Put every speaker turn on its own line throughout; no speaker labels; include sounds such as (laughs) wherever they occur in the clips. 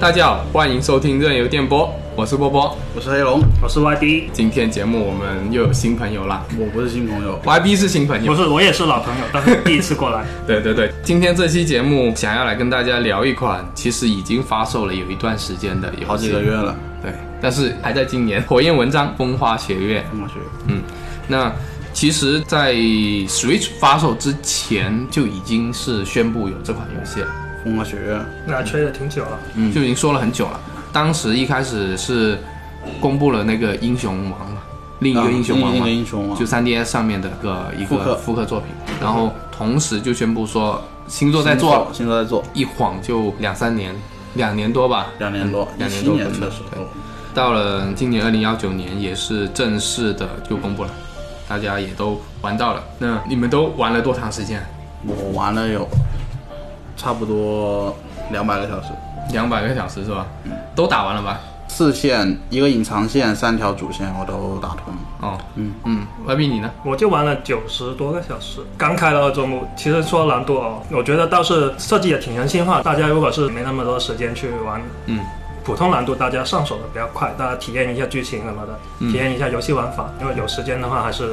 大家好，欢迎收听任由电波，我是波波。
我是黑龙，
我是 YD，
今天节目我们又有新朋友啦
我不是新朋友，
，YB 是新朋友
不，是我也是老朋友，但是第一次过来，
对对对。今天这期节目想要来跟大家聊一款其实已经发售了有一段时间的游戏，
好几个月了，
对，但是还在今年《火 (laughs) 焰纹章：风花雪月》
上大学。
那其实，在 Switch 发售之前就已经是宣布有这款游戏了，
风花雪月，
那吹的挺久了，
嗯
就已经说了很久了。当时一开始是公布了那个英雄王嘛，另一个英雄王
啊另一
嘛
个，英雄王
就，3DS 上面的一个一
复刻
个复刻作品，然后同时就宣布说星座在做，
星座在做，
一晃就两三年，两年多吧，
两年多，
嗯两年
一七
多
年的
左右
时
对
候，
到了今年二零幺九年，也是正式的就公布了，大家也都玩到了。那你们都玩了多长时间？
我玩了有差不多两百个小时，
两百个小时是吧？
嗯
都打完了吧？
四线一个隐藏线，三条主线我都打通了。
哦，
嗯
嗯，外币你呢？
我就玩了九十多个小时，刚开了二周目。其实说难度哦，我觉得倒是设计也挺人性化。大家如果是没那么多时间去玩，
嗯，
普通难度大家上手的比较快，大家体验一下剧情什么的，体验一下游戏玩法。如果有时间的话，还是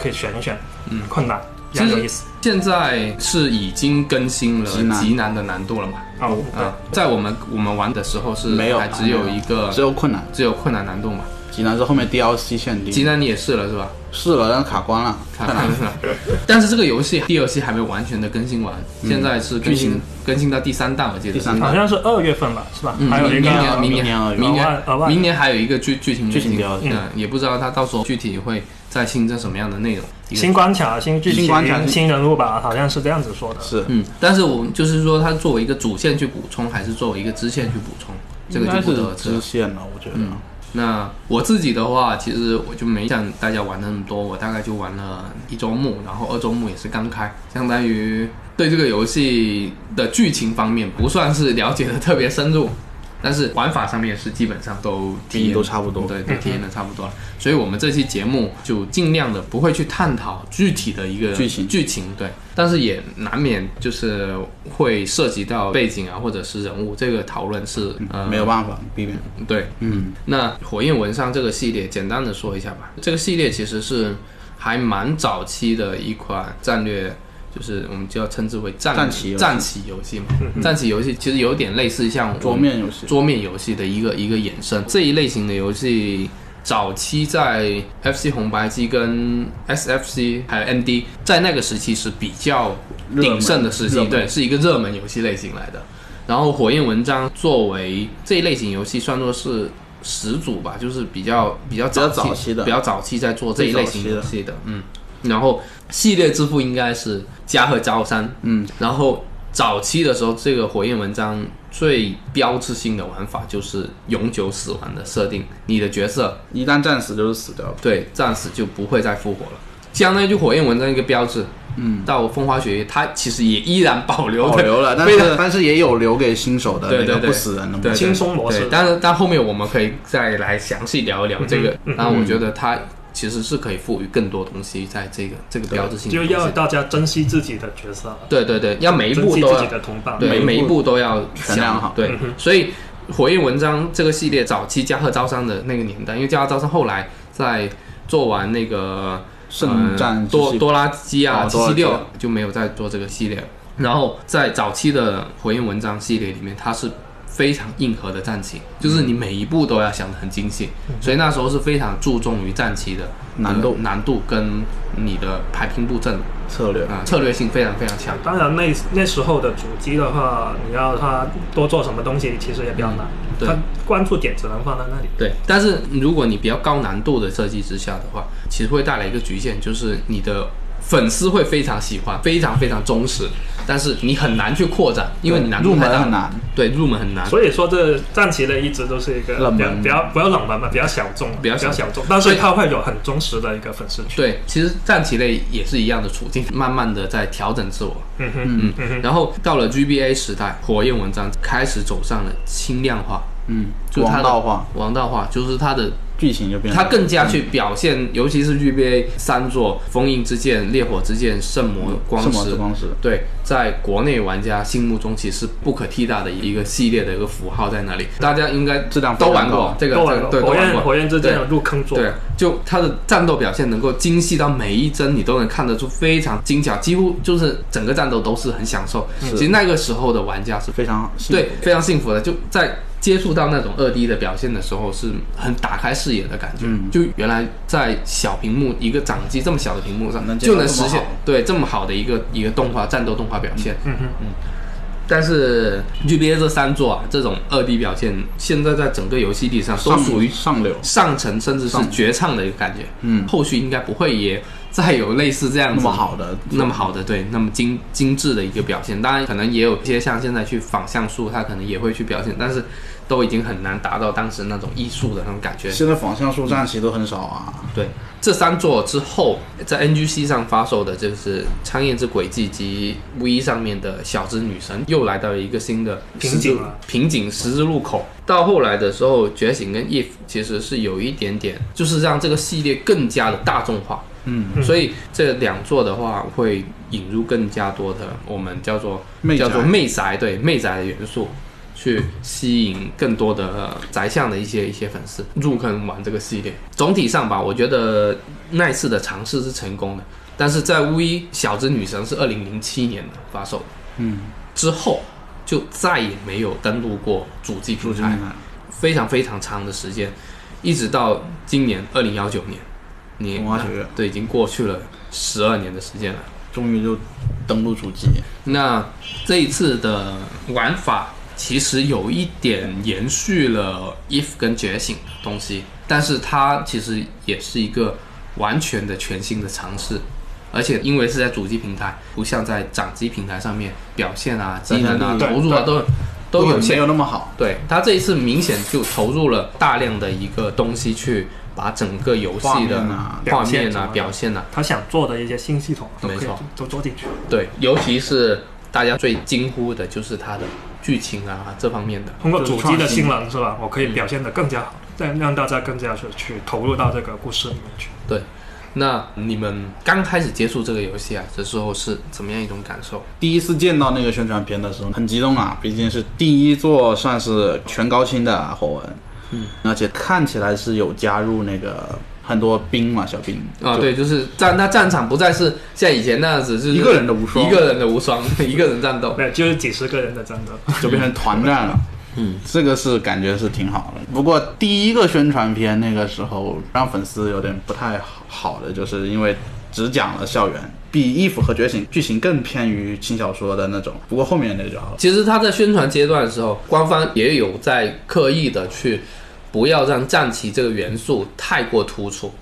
可以选一选，嗯，困难比较有意思。
现在是已经更新
极
了
难
极难的难度了嘛？
哦，对
啊，在我们我们玩的时候是
没有
还只有一个
只有困难，
只有困难难度嘛？
济南是后面 DLC 限
极
定，
难你也试了是吧？
试了但是卡关了，
看
太
看
难了。
了。 (laughs) 但是这个游戏第二期还没有完全的更新完，现在是更
嗯剧
新
情
更新到第三弹，我记得嗯
第三
好像是二月份吧，是吧？还有一
明
个
年明
明年而已
明
额
年
外额外
明年还有一个剧剧情
剧情
更新
标
嗯，也不知道它到时候具体会再新增什么样的内容。
新关卡、新剧情、
新关卡
新人物吧，好像是这样子说的。
是，
嗯，但是我们就是说，它作为一个主线去补充，还是作为一个支线去补充，这个
应该
就不得
是
而知了
支。线了，我觉得。
嗯那我自己的话，其实我就没像大家玩的那么多，我大概就玩了一周目，然后二周目也是刚开，相当于对这个游戏的剧情方面不算是了解的特别深入，但是玩法上面是基本上都体验
都差不多
对，都体验的差不多了。所以我们这期节目就尽量的不会去探讨具体的一个
剧情
剧情对，但是也难免就是会涉及到背景啊，或者是人物这个讨论是呃
嗯没有办法避免。
对。
嗯，
那《火焰纹上》这个系列，简单的说一下吧。这个系列其实是还蛮早期的一款战略，就是我们就要称之为战
战棋游戏
战棋游戏嘛。战棋游戏其实有点类似像我们
桌面游戏
桌面游戏的一个一个衍生。这一类型的游戏，早期在 FC 红白机跟 SFC 还有 MD 在那个时期是比较鼎盛的时
热
期，
门
对，是一个热门游戏类型来的。然后《火焰文章》作为这一类型游戏，算作是始祖吧，就是比较比较
比
早
较早期的
比较早期在做这一类型
最
游
早
戏的，嗯。然后系列之父应该是加贺昭三，
嗯，
然后早期的时候，这个火焰文章最标志性的玩法就是永久死亡的设定，你的角色
一旦战死就是死掉了。
对战死就不会再复活了，相当于就火焰文章一个标志。嗯，到风花雪月，它其实也依然保留
保
着
留了，但
非
是
常
但是也有留给新手的
对
那
对
个
对
不死人
对
的模
对
式，
轻松模式
对但是但后面我们可以再来详细聊一聊这
嗯
个。然后我觉得它其实是可以赋予更多东西在这个这个标志性的
就
东西。
要大家珍惜自己的角色，
对对对，要每一
珍
步
惜
都
自己
要
的同伴。
对，每
每
一
一步
步都要
衡量好
想对，
嗯
所以《火焰文章》这个系列早期加贺昭商的那个年代，因为加贺昭商后来在做完那个
圣战
呃
之
多
系
多拉基亚
哦
七
多
七
拉基亚
六就没有再做这个系列了。然后在早期的《火焰文章》系列里面，它是非常硬核的战棋，就是你每一步都要想得很精细，所以那时候是非常注重于战棋的
嗯难度
呃难度跟你的排兵布阵
策略，
啊、策略性非常非常强。
当然那那时候的主机的话，你要它多做什么东西，其实也比较难。
嗯对
它关注点只能放在那里。
对，但是如果你比较高难度的设计之下的话，其实会带来一个局限，就是你的粉丝会非常喜欢，非常非常忠实，但是你很难去扩展，因为你难度
入
太大
门很，难，
对，入门很难。
所以说，这战棋类一直都是一个
冷
比较
门
比较不要冷门吧，比较小众，
比较小
小
众
众，但是
对
它会有很忠实的一个粉丝群。
对，其实战棋类也是一样的处境，慢慢的在调整自我。
嗯哼，
嗯，然后到了 GBA 时代，火焰文章开始走上了轻量化，
嗯，
就是它
王
的
道化，
王道化就是它的
剧情就变嗯
它
了。
更加去表现，尤其是 GBA 三座《封印之剑》《烈火之剑》《圣魔光
圣
石
魔之》光石，
对在国内玩家心目中其实是不可替代的一个系列的一个符号在那里。大家应该
质量非
都
常
玩
高
过这个，
都
这
玩
个
过
对，都
火
玩
焰
过。
火焰之
对
剑有入坑做，
对，就他的战斗表现能够精细到每一帧，你都能看得出非常精巧，几乎就是整个战斗都是很享受。
是
其实那个时候的玩家是
非常幸运
对非常幸福的，就在接触到那种二 D 的表现的时候，是很打开视野的感觉。
嗯
就原来在小屏幕一个掌机这么小的屏幕上，
能接受
就能实
这么
现
好
对这么好的一个一个动画战斗动画表现。
嗯哼，
但是 GBA 这三座啊，这种二 D 表现，现在在整个游戏历史上都
上
属于
上流，
上层甚至是
上
绝唱的一个感觉。
嗯，
后续应该不会也再有类似这样
那
子
么好的，
那么好的对，那么精精致的一个表现。当然，可能也有一些像现在去仿像素，它可能也会去表现，但是都已经很难达到当时那种艺术的那种感觉。
现在仿像素战棋都很少啊。
对，这三座之后，在 NGC 上发售的就是《苍焰之轨迹》及 V 上面的《小之女神》，又来到了一个新的
瓶
十字
颈了
瓶颈十字路口。到后来的时候，《觉醒》跟《If》其实是有一点点，就是让这个系列更加的大众化。
嗯，
嗯
所以这两座的话，会引入更加多的我们叫做
媚宅
叫做媚宅，对媚宅的元素，去吸引更多的呃宅向的一些一些粉丝入坑玩这个系列。总体上吧，我觉得那一次的尝试是成功的，但是在 V 小之女神是二零零七年的发售，
嗯，
之后就再也没有登录过主机
主
平
机
台
平，台
非常非常长的时间，一直到今年二零幺九年，你
文化学院
对已经过去了十二年的时间了。
终于就登陆主机，
那这一次的玩法其实有一点延续了 if 跟觉醒的东西，但是它其实也是一个完全的全新的尝试。而且因为是在主机平台，不像在掌机平台上面表现啊、机能啊、
对
投入啊都都有限
没有那么好。
对他这一次明显就投入了大量的一个东西去把整个游戏的
画面啊
画面
表现什么
啊、
的
表现啊，
他想做的一些新系统都可
没
以
错
都做进去。
对，尤其是大家最惊呼的就是它的剧情啊这方面的。
通过主机的
就是创新
性能是吧？我可以表现得更加好，再让大家更加去去投入到这个故事里面去。
那你们刚开始接触这个游戏啊的时候是怎么样一种感受？
第一次见到那个宣传片的时候，很激动啊，毕竟是第一座算是全高清的火纹，
嗯，
而且看起来是有加入那个很多兵嘛，小兵
啊，
就
对，就是战那战场不再是像以前那样子，就是
一个人的无双
一个人的无双， (laughs) 一个人战斗。
对，就是几十个人的战斗， (laughs)
(laughs) 就变成团战了。
嗯，
这个是感觉是挺好的。不过第一个宣传片那个时候让粉丝有点不太好的，就是因为只讲了校园，比《衣服和觉醒》剧情更偏于轻小说的那种。不过后面那就好了。
其实他在宣传阶段的时候，官方也有在刻意的去不要让战旗这个元素太过突出，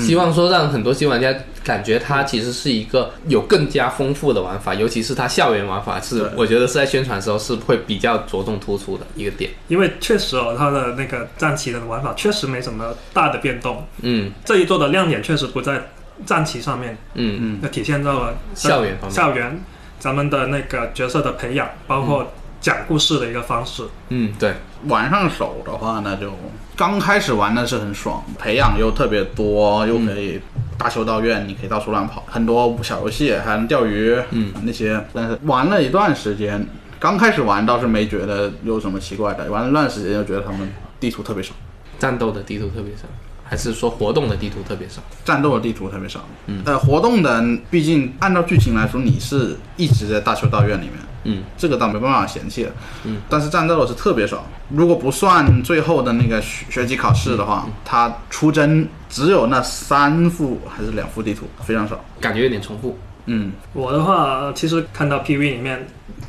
希望说让很多新玩家感觉它其实是一个有更加丰富的玩法，尤其是它校园玩法是
对，
我觉得是在宣传的时候是会比较着重突出的一个点。
因为确实哦，它的那个战旗的玩法确实没什么大的变动。
嗯
这一座的亮点确实不在战旗上面，
嗯
嗯，
那体现到了在
校园方面
校园咱们的那个角色的培养，包括讲故事的一个方式。
嗯，对，
玩上手的话，那就刚开始玩的是很爽，培养又特别多，又可以大修道院，你可以到处乱跑，很多小游戏还能钓鱼，
嗯，
那些。但是玩了一段时间，刚开始玩倒是没觉得有什么奇怪的，玩了一段时间就觉得他们地图特别少，
战斗的地图特别少，还是说活动的地图特别少？
战斗的地图特别少。嗯，呃，活动的毕竟按照剧情来说，你是一直在大修道院里面，
嗯
这个倒没办法嫌弃了。
嗯，
但是战斗是特别少，如果不算最后的那个学学籍考试的话，
嗯
它出征只有那三幅还是两幅地图，非常少。
感觉有点重复。
嗯，
我的话，其实看到 PV 里面，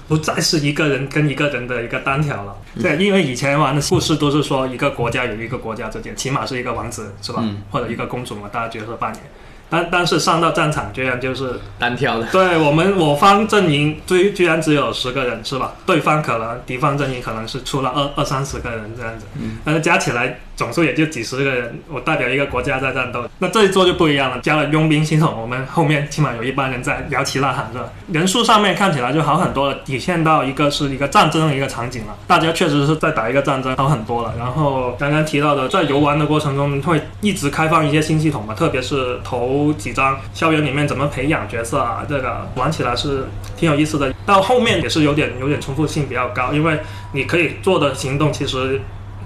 不再是一个人跟一个人的一个单挑了。对，因为以前玩的故事都是说一个国家与一个国家之间，起码是一个王子是吧，
嗯
或者一个公主嘛，大家角色扮演。但但是上到战场，居然就是
单挑的，
对我们我方阵营居居然只有十个人是吧？对方可能敌方阵营可能是出了二二三十个人这样子，但是加起来总数也就几十个人。我代表一个国家在呃战斗，那这一座就不一样了，加了佣兵系统，我们后面起码有一帮人在摇旗呐喊是吧？人数上面看起来就好很多了，体现到一个是一个战争的一个场景了，大家确实是在打一个战争，好很多了。然后刚刚提到的，在游玩的过程中会一直开放一些新系统嘛，特别是头几章校园里面怎么培养角色啊，这个玩起来是挺有意思的。到后面也是有点有点重复性比较高，因为你可以做的行动其实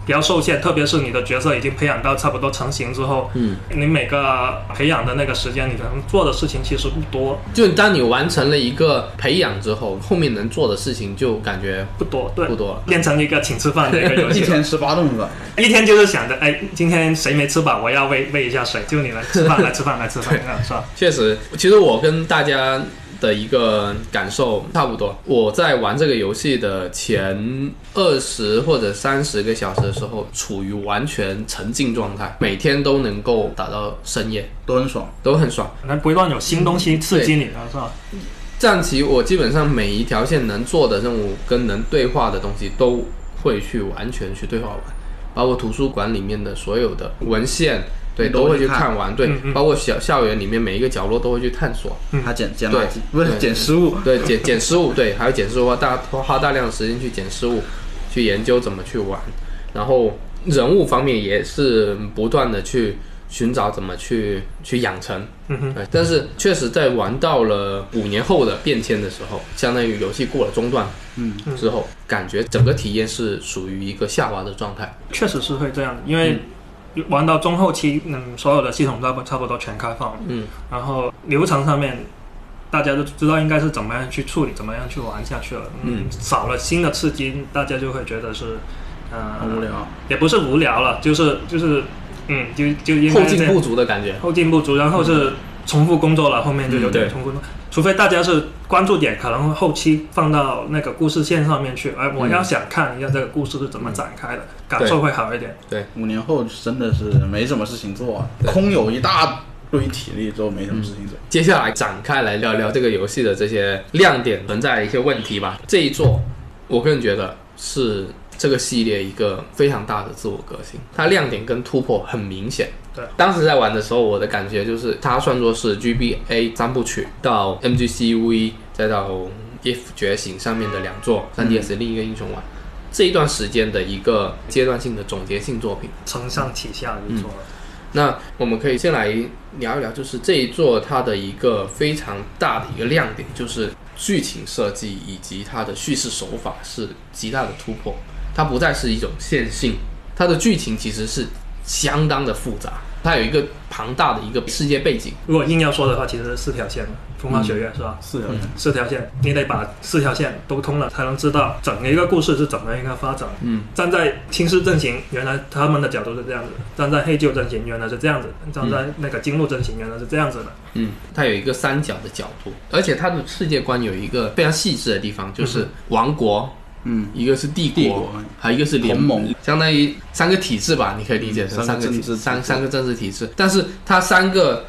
比较受限，特别是你的角色已经培养到差不多成型之后，
嗯，
你每个培养的那个时间，你可能做的事情其实不多
就当你完成了一个培养之后，后面能做的事情就感觉
不多，对，
不多了。
变成一个请吃饭的一个游
(laughs)
一
戏了，
天十八顿饭，
一天就是想着，哎，今天谁没吃饱，我要喂喂一下谁，就你来吃饭，来吃饭，来吃
(laughs)
饭，是吧？
确实，其实我跟大家的一个感受差不多。我在玩这个游戏的前二十或者三十个小时的时候，处于完全沉浸状态，每天都能够打到深夜，
都很爽。
都很爽。
可能不断有新东西刺激你
嗯
了，是吧？
战棋我基本上每一条线能做的任务跟能对话的东西都会去完全去对话完，包括图书馆里面的所有的文献，对，
都
都
会
会去
看
看完，对
嗯，嗯
包括小校园里面每一个角落都会去探索，
嗯
他捡捡垃
对
圾，不是
对
捡失误，
对，捡捡失误，对，还有捡失误，花大花大量的时间去捡失误，去研究怎么去玩，然后人物方面也是不断的去寻找怎么去去养成，
嗯哼，
对，但是确实在玩到了五年后的变迁的时候，相当于游戏过了中断，
嗯，
之后感觉整个体验是属于一个下滑的状态，
确实是会这样的，因为玩到中后期，嗯，所有的系统差不差不多全开放了，
嗯，
然后流程上面大家都知道应该是怎么样去处理，怎么样去玩下去了，
嗯
少了新的刺激，大家就会觉得是，呃，
很无，
啊
聊。
也不是无聊了，就是就是，嗯，就就应该
后
这
劲
样
不足的感觉，
后劲不足，然后是重复工作了，后面就
嗯
有
对
点重复工作。除非大家是关注点可能后期放到那个故事线上面
嗯
去，哎，我要想看一下这个故事是怎么展开的，感受会好一点。
五年后真的是没什么事情做啊，空有一大堆体力之后没什么事情做。
接下来展开来聊聊这个游戏的这些亮点存在的一些问题吧。这一座，我个人觉得是这个系列一个非常大的自我革新，它亮点跟突破很明显。
对，
当时在玩的时候，我的感觉就是它算作是 GBA 三部曲到 MGCV 再到 If 觉醒上面的两座 3DS 另一个英雄网。这一段时间的一个阶段性的总结性作品，
承上启下就做了。
那我们可以先来聊一聊，就是这一座它的一个非常大的一个亮点，就是剧情设计以及它的叙事手法是极大的突破。它不再是一种线性，它的剧情其实是相当的复杂，它有一个庞大的一个世界背景。
如果硬要说的话，其实是四条线的，风花雪月、
嗯
是吧？
是的，
四条线，你得把四条线都通了，才能知道整个一个故事是怎么一个发展。
嗯，
站在青狮阵型，原来他们的角度是这样子；站在黑鹫阵型，原来是这样子；站在那个金鹿阵型，原来是这样子的。
嗯，它有一个三角的角度，而且它的世界观有一个非常细致的地方，就是王国，
嗯，
一个是帝国，
帝国
还有一个是联
同盟，
相当于三个体制吧，你可以理解成
嗯
三个体
三个政治
三
体制
三个政治体制，但是它三个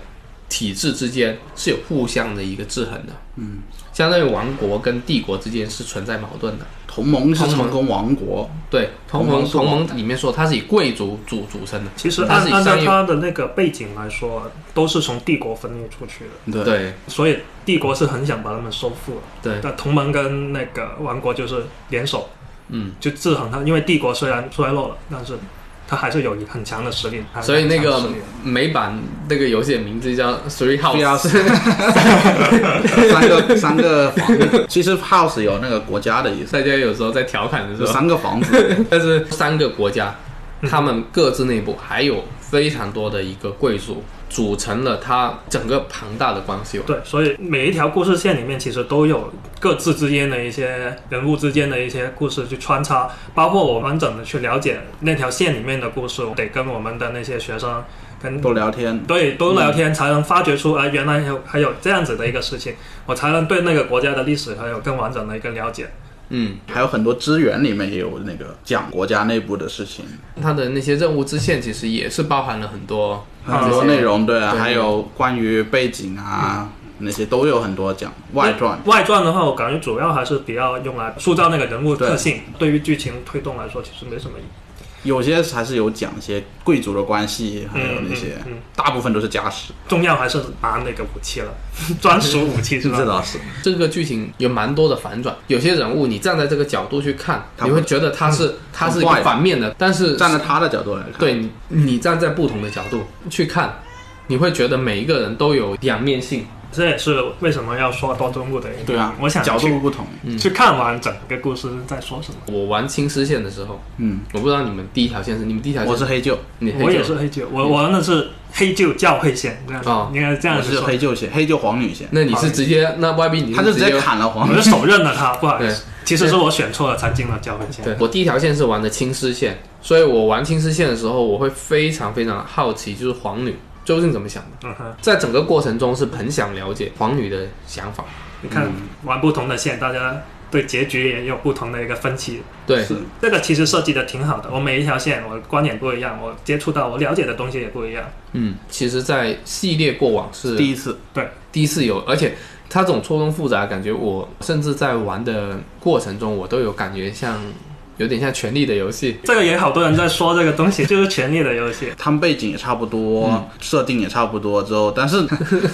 体制之间是有互相的一个制衡的，
嗯，
相当于王国跟帝国之间是存在矛盾的。
同盟是
同盟
成功王国，
对，同
同
盟
盟
同盟里面说它是以贵族组组成的，
其实
它
按
是以
按照
商业
它的那个背景来说，都是从帝国分裂出去
对
的，
对
所以帝国是很想把他们收复了。
对，
那同盟跟那个王国就是联手，
嗯。
就制衡它。因为帝国虽然衰落了，但是它还是有很强的实力。还是
所以那
很
个
强的实力
美版那个游戏的名字叫 Three House，
Three (laughs) 三个三个房子。其实 house 有那个国家的意
(laughs)
思，
大家有时候在调侃的时
有
候，
三个房子。
但是三个国家，他们各自内部还有非常多的一个贵族，组成了它整个庞大的关系网。
对，所以每一条故事线里面其实都有各自之间的一些人物之间的一些故事去穿插，包括我完整的去了解那条线里面的故事，我得跟我们的那些学生跟
都聊天，
对多聊天，才能发掘出啊、呃原来还有还有这样子的一个事情，我才能对那个国家的历史还有更完整的一个了解。
嗯，
还有很多资源里面也有那个讲国家内部的事情，
嗯
它的那些任务支线其实也是包含了很多
啊
很多内容对啊，
对
还有关于背景啊
嗯
那些都有很多讲外传。
外传的话，我感觉主要还是比较用来塑造那个人物特
对
性，对于剧情推动来说，其实没什么意义。
有些还是有讲一些贵族的关系，还有那些
嗯嗯嗯，
大部分都是家史，
重要还是拿那个武器
(laughs)
了，专属武器是吧？
这倒是。
这个剧情有蛮多的反转，有些人物你站在这个角度去看，
他
你
不
会觉得他是他是一个
很坏
反面的，但是
站在他的角度来看，，
对你你站在不同的角度去看，你会觉得每一个人都有两面性，
这也是为什么要说多周目的原因。
对啊，
我想
角
去
度不同，
嗯
去看完整个故事在说什么。
我玩青丝线的时候，
嗯，
我不知道你们第一条线是你们第一条线，
我是黑舅，
你黑
我也
旧
是黑旧，我我那是黑旧教会线这样子
哦，
应该这样
我
子
是
说。
黑舅线，黑舅黄女线，
那你是直接那 YB 你
他
是
就直接砍了黄
(laughs) 我
女
是
线，
手刃了他，不好意思，其实是我选错了才进了教会线。
对我第一条线是玩的青丝线，所以我玩青丝线的时候，我会非常非常好奇，就是皇女究竟怎么想的，
嗯哼，
在整个过程中是很想了解皇女的想法。
你看
嗯
玩不同的线，大家对结局也有不同的一个分歧。
对，
是
这个其实设计的挺好的，我每一条线我观点不一样，我接触到我了解的东西也不一样。
嗯，其实，在系列过往是
第一次，
第一次有，而且它这种错综复杂的感觉，我甚至在玩的过程中，我都有感觉像有点像《权力的游戏》。
这个也好多人在说这个东西，就是权力的游戏。
他们背景也差不多，
嗯
设定也差不多之后，但
(laughs)
是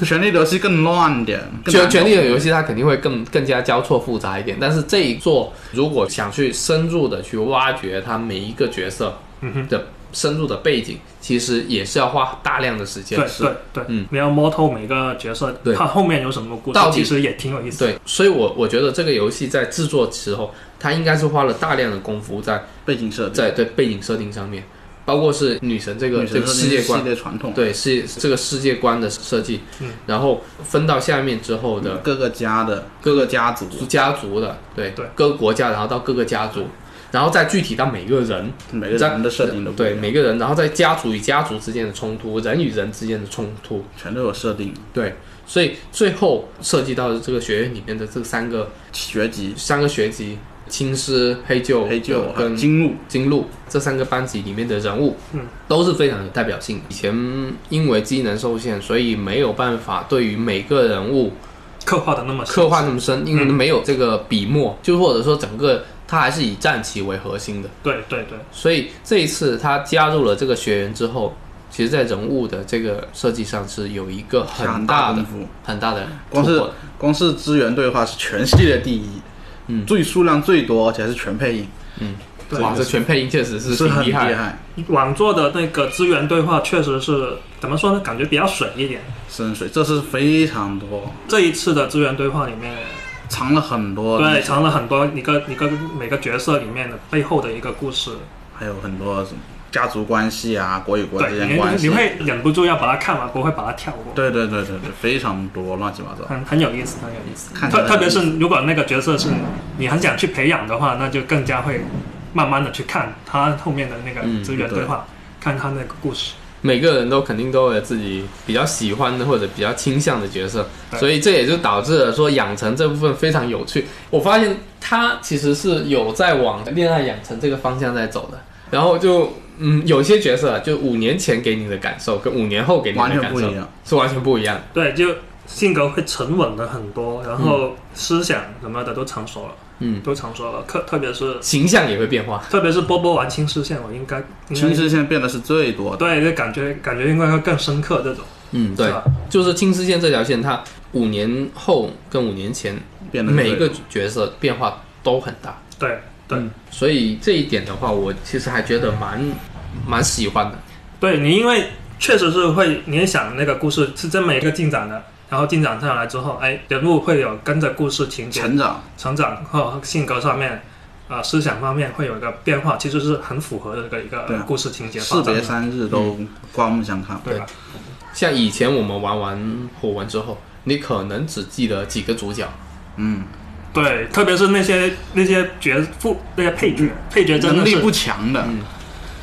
权力游戏更乱点，更
权
难
权力的游
懂
戏它肯定会更更加交错复杂一点，但是这一座如果想去深入的去挖掘它每一个角色
嗯
的深入的背景，其实也是要花大量的时间
对。
是
对对，
嗯
你要摸透每个角色
对，
他后面有什么故事
到，底
其实也挺有意思的。
对，所以我我觉得这个游戏在制作时候，它应该是花了大量的功夫在
背景设定，
在对背景设定上面，包括是女神这个
女
这
神
个世界观
系，列传统，
对，是这个世界观的设计，
嗯
然后分到下面之后的
各个家的各个家族，
家族的，对，
对
各个国家，然后到各个家族，然后再具体到每个人，
每个人的设定都不一
对
样，
每个人，然后在家族与家族之间的冲突，人与人之间的冲突，
全都有设定，
对，所以最后涉及到这个学院里面的这三个
学籍、
三个学籍，青狮、黑鹫、
黑舅、
跟
金鹿，
金鹿这三个班级里面的人物，
嗯，
都是非常有代表性的。以前因为机能受限，所以没有办法对于每个人物
刻画的那么细
刻画那么深，因为没有这个笔墨，就或者说整个它还是以战旗为核心的。
对对对，
所以这一次他加入了这个学员之后，其实在人物的这个设计上是有一个
下
很
大
大
功
的、
夫，
很大的突
光是
破的。
光是资源对话是全系列第一，
嗯
最数量最多，而且还是全配音，
对
哇，这全配音确实是
是
挺
很
厉害的。
害，
网做的那个资源对话确实是怎么说呢？感觉比较水一点。
深水这是非常多，
这一次的资源对话里面，
藏了很多，
对，，藏了很多一个一个每个角色里面的背后的一个故事。
还有很多什么家族关系啊，国与国之
对，
间关
你
系，
你会忍不住要把它看完，不会把它跳过，
对对对对对，非常多，乱七八糟。
很很有意思，很有意思。
看起来
特特别是如果那个角色是你很想去培养的话，那就更加会慢慢的去看他后面的那个
嗯
资源对话，看他那个故事。
每个人都肯定都有自己比较喜欢的或者比较倾向的角色，
对
所以这也就导致了说养成这部分非常有趣。我发现他其实是有在往恋爱养成这个方向在走的，然后就嗯，有些角色啊就五年前给你的感受跟五年后给你的
完全
感
不
受
一样
是完全不一样的。
对，就性格会沉稳了很多，然后思想什么的都成熟了，
嗯，
都成熟了。特特别是
形象也会变化。
特别是波波玩青丝线，我应该应
青
该
丝线变得是最多的，
对，就感觉感觉应该会更深刻这种，
嗯，对
是，吧？
就是青丝线这条线，它五年后跟五年前
变得是
每一
最多
个角色变化都很大。
对对、
嗯，所以这一点的话，我其实还觉得蛮蛮喜欢的。
对，你因为确实是会，你也想那个故事是这么一个进展的。然后进展上来之后，哎，人物会有跟着故事情节
成长，
成长和性格上面，呃，思想方面会有一个变化，其实是很符合这个
对
一个
啊
故事情节
士
发展
别
的，
三日都
嗯
刮目相看。
对吧？
像以前我们玩完火纹之后，你可能只记得几个主角，
嗯，
对，特别是那些那些角副那些配角，配角真
能
的
力
是嗯
不强的，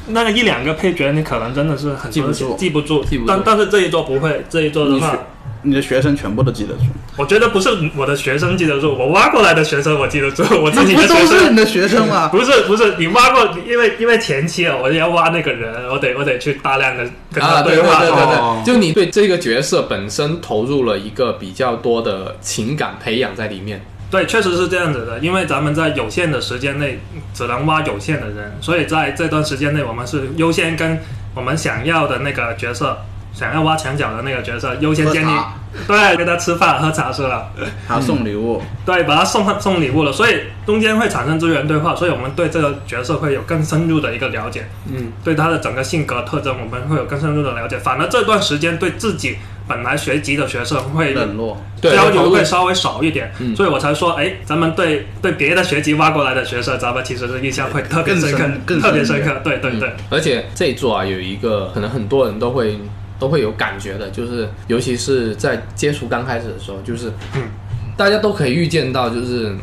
那个一两个配角，你可能真的是很多
记不
东西
住
记不住
记不住
但但是这一座不会，这一座的
你
话
学，你的学生全部都记得住，
我觉得不是我的学生记得住，我挖过来的学生我记得住，我自己的
不
学
都是
生
你。的学生吗？
不是不是，你挖过，因为因为前期啊，我要挖那个人，我得我得去大量的跟他
啊，对对
话，
对对对，
哦
就你对这个角色本身投入了一个比较多的情感培养在里面。
对，确实是这样子的，因为咱们在有限的时间内只能挖有限的人，所以在这段时间内，我们是优先跟我们想要的那个角色，想要挖墙角的那个角色优先
喝
建立嗯
茶，
对，跟他吃饭喝茶是了，
还要送礼物，
对，把他送送礼物了，所以中间会产生资源对话，所以我们对这个角色会有更深入的一个了解，
嗯，
对他的整个性格特征我们会有更深入的了解，反而这段时间对自己本来学籍的学生会
冷落，
对
交流
会
会稍微少一点，
嗯
所以我才说，哎，咱们对对别的学籍挖过来的学生，咱们其实是印象会特别
更
深刻
深，更
特别
深
深
一
刻。对对对，
嗯而且这一座啊，有一个可能很多人都会都会有感觉的，就是尤其是在接触刚开始的时候，就是
嗯
大家都可以预见到，就是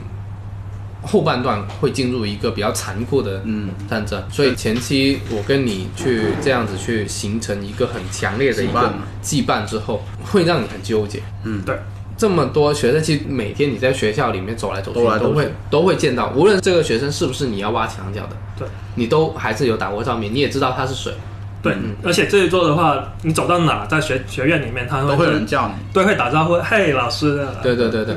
后半段会进入一个比较残酷的
嗯，
战争，所以前期我跟你去这样子去形成一个很强烈的一个羁绊之后，会让你很纠结。
嗯
对。
这么多学生，其实每天你在学校里面走来走去，
走来走去
都会都会见到，无论这个学生是不是你要挖墙角的，
对，
你都还是有打过照面，你也知道他是谁。
嗯
对，而且这一座的话，你走到哪，在学学院里面，他
都
会
会有人叫你。
对会打招呼，嘿，老师，
对对对对。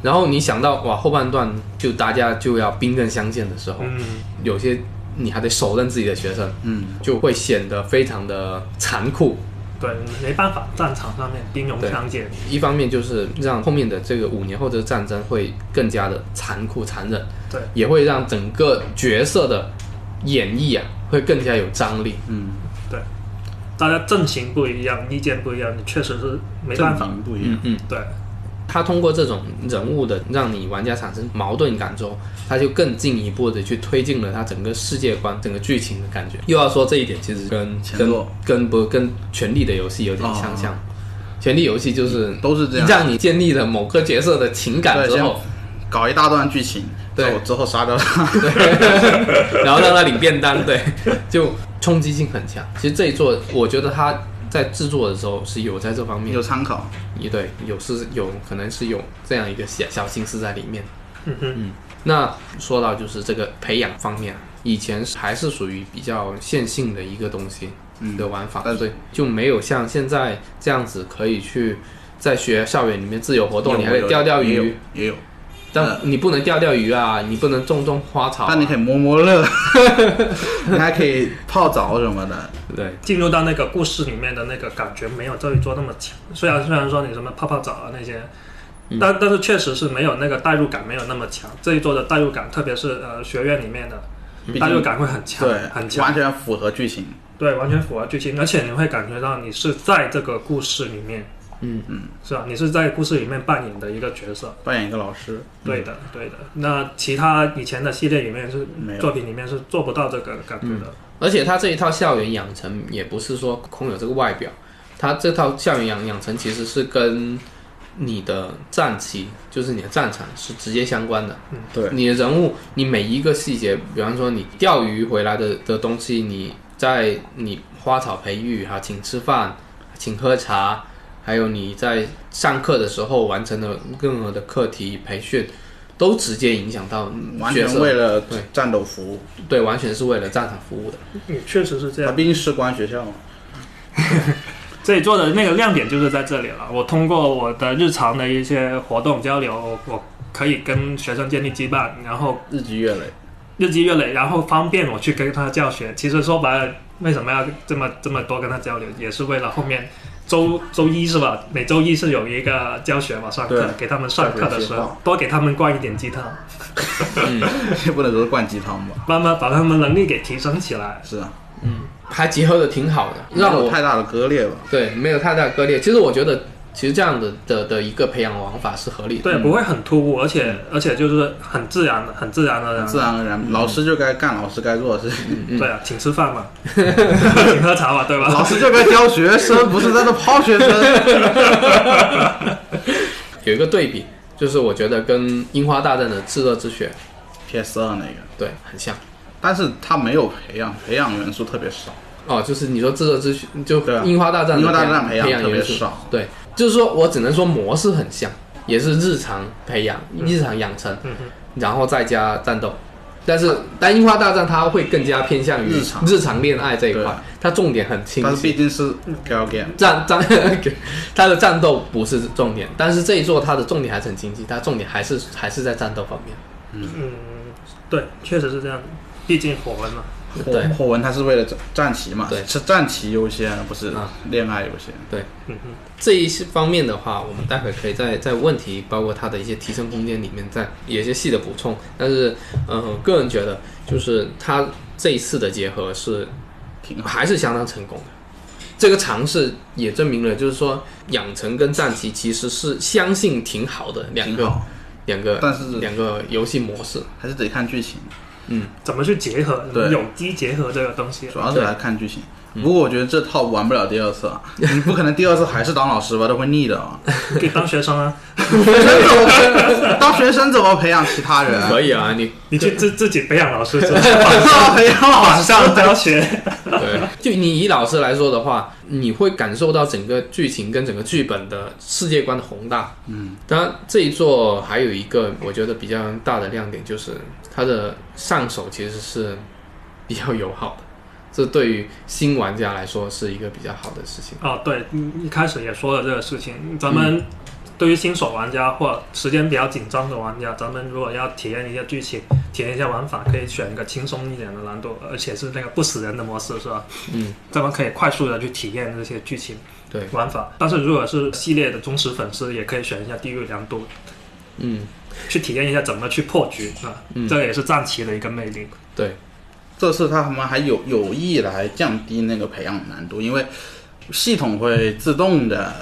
然后你想到哇，后半段就大家就要兵刃相见的时候，
嗯，
有些你还得手刃自己的学生，
嗯，
就会显得非常的残酷。
对，没办法，战场上面兵戎相见，
一方面就是让后面的这个五年后的战争会更加的残酷残忍，
对，
也会让整个角色的演绎啊会更加有张力。
嗯，
大家阵型不一样，意见不一样，你确实是没办法
阵。营不一样。
嗯，
对，
他通过这种人物的让你玩家产生矛盾感之后，他就更进一步的去推进了他整个世界观、整个剧情的感觉。又要说这一点，其实跟
前
跟
作哦
跟不跟《权力的游戏》有点相像，权力游戏》就是
都是这样
让你建立了某个角色的情感
对
之
先
后，
搞一大段剧情，
对
之后之后杀掉他。
(laughs) 然后让他领便当，对， (laughs) 就冲击性很强。其实这一作，我觉得他在制作的时候是有在这方面
有，参考，
也对，有是有可能是有这样一个小小心思在里面。
嗯哼，
那说到就是这个培养方面，以前还是属于比较线性的一个东西
嗯
的玩法，
但是
所以就没有像现在这样子可以去在学校园里面自由活动，你还
有
得钓钓
也有
鱼，
也有，
但你不能钓钓鱼啊，你不能种种花草、啊，
但你可以摸摸乐， (laughs) 你还可以泡澡什么的。
对
进入到那个故事里面的那个感觉没有这一桌那么强。虽然虽然说你什么泡泡澡啊那些，
嗯
但但是确实是没有那个代入感没有那么强。这一桌的代入感，特别是呃学院里面的
毕
代入
竟
感会很强，
对，
很
完
强，
全符合剧情。
对，完全符合剧情，而且你会感觉到你是在这个故事里面，
嗯
嗯，是吧？你是在故事里面扮演的一个角色。
扮演一个老师，
对的，对的。那其他以前的系列里面是
没有
作品里面是做不到这个感觉的。
而且他这一套校园养成也不是说空有这个外表，他这套校园养养成其实是跟你的战旗，就是你的战场是直接相关的。
嗯
对
你的人物，你每一个细节，比方说你钓鱼回来的的东西，你在你花草培育哈，请吃饭，啊请喝茶，还有你在上课的时候完成的任何的课题培训，都直接影响到
完
角
全
色
为了
对
战斗服务。
对，完全是为了战场服务的。
也嗯确实是这
啊
样
他。毕竟士官学校嘛，
这里做的那个亮点就是在这里了。我通过我的日常的一些活动交流，我我可以跟学生建立羁绊，然后
日积
(laughs)
月累。
日积月累，然后方便我去跟他教学。其实说白了，为什么要这么这么多跟他交流，也是为了后面周周一是吧？每周一是有一个教学嘛，上课
对
给他们上课的
上
时
学计划
候，多给他们灌一点鸡汤，
也不能说是灌鸡汤吧？
慢慢把他们能力给提升起来。
是啊，
还结合的挺好的，让
没
我
有太大的割裂吧？
对没有太大割裂。其实我觉得，其实这样的的的一个培养玩法是合理的。
嗯
对，不会很突兀，而且而且就是很自然的，很自然
嗯
的。
自然而然，老师就该干老师该做的事情，
对啊，请吃
(laughs)
饭嘛，请喝茶嘛，对
嗯
吧？
嗯老师就该教
(laughs)
学生，不是在那泡学生。
有一个对比，就是我觉得跟《樱花大战》的《炙热之血
PS 二那个，》
对很像
但是他没有培养，培养元素特别少。
哦，就是你说《炙热之血》就
对啊
《樱花大战》
樱
的
花大战
培
培养
培养
特别
元素
少
对，就是说我只能说模式很像，也是日常培养、日常养成，
嗯哼
然后再加战斗。但是，但樱花大战它会更加偏向于
日常
日常恋爱这一
对
块，它重点很清晰。
但是毕竟是 girl game，
战战，他的战斗不是重点，但是这一座他的重点还是很经济，他重点还是还是在战斗方面。
嗯，对，确实是这样，毕竟火纹嘛。
火
对
火纹他是为了战战旗嘛，
对
是战旗优先，不是
啊
恋爱优先。
嗯哼，
这一些方面的话，我们待会可以在在问题，包括它的一些提升空间里面再有一些细的补充。但是，嗯、呃，个人觉得就是它这一次的结合是
挺好，
还是相当成功的。这个尝试也证明了，就是说养成跟战棋其实是相信挺好的两
挺
个
好，
两个，
但是
两个游戏模式。
还是得看剧情，
怎么去结合
对
有机结合这个东
(laughs)
西啊？
主要是来看剧情。
嗯
不过我觉得这套玩不了第二次
(laughs)
啊，你不可能第二次还是当老师吧，都会腻的啊。
可以当学生啊，
学生怎么培当学生怎么培养其他人？
可以啊，你
你去自自己培养老师，是吧
(laughs) 培养老
网
(laughs)
师，
上教学，
对，就你以老师来说的话，你会感受到整个剧情跟整个剧本的世界观的宏大。嗯，当然这一座还有一个我觉得比较大的亮点就是它的上手其实是比较友好的，这对于新玩家来说是一个比较好的事情。
哦，对，你一开始也说了这个事情，咱们
嗯
对于新手玩家或时间比较紧张的玩家，咱们如果要体验一下剧情、体验一下玩法，可以选一个轻松一点的难度，而且是那个不死人的模式，是吧？
嗯，
咱们可以快速的去体验这些剧情
对，
玩法。但是如果是系列的忠实粉丝，也可以选一下地狱良度，
嗯，
去体验一下怎么去破局啊。
嗯
这个也是战棋的一个魅力。
对，
这次他们还有有意来降低那个培养难度，因为系统会自动的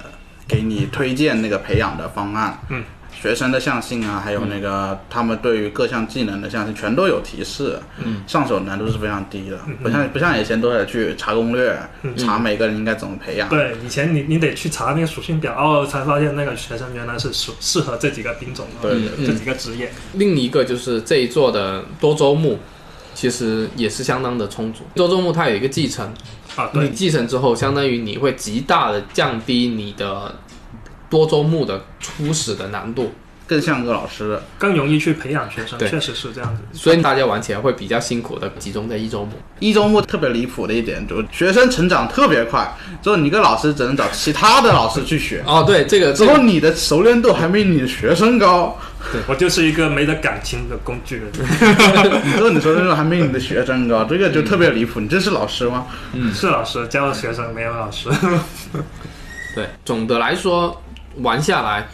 给你推荐那个培养的方案。
嗯，
学生的向性啊，还有那个他们对于各项技能的向性，全都有提示。
嗯，
上手难度是非常低的，
嗯
不像不像以前都得去查攻略，查每个人应该怎么培养。
对，以前你你得去查那个属性表，哦，才发现那个学生原来是属适合这几个兵种，啊
对
对嗯对
这几个职业。
另一个就是这一座的多周目。其实也是相当的充足。多周目它有一个继承，
啊，
你
对，
继承之后，相当于你会极大的降低你的多周目的初始的难度，
更像个老师。
更容易去培养学生，
对
确实是这样子。
所以大家玩起来会比较辛苦的，集中在一周目。
一周目特别离谱的一点，就是学生成长特别快，之后你跟老师只能找其他的老师去学，
哦，对，这个
之
这
后
个
你的熟练度还没你的学生高，
我就是一个没得感情的工具
嗯
人，
之后你熟练度还没你的学生高，这个就特别离谱。你这是老师吗？
是老师教的学生，没有
(laughs)
老师。
对，总的来说玩下来，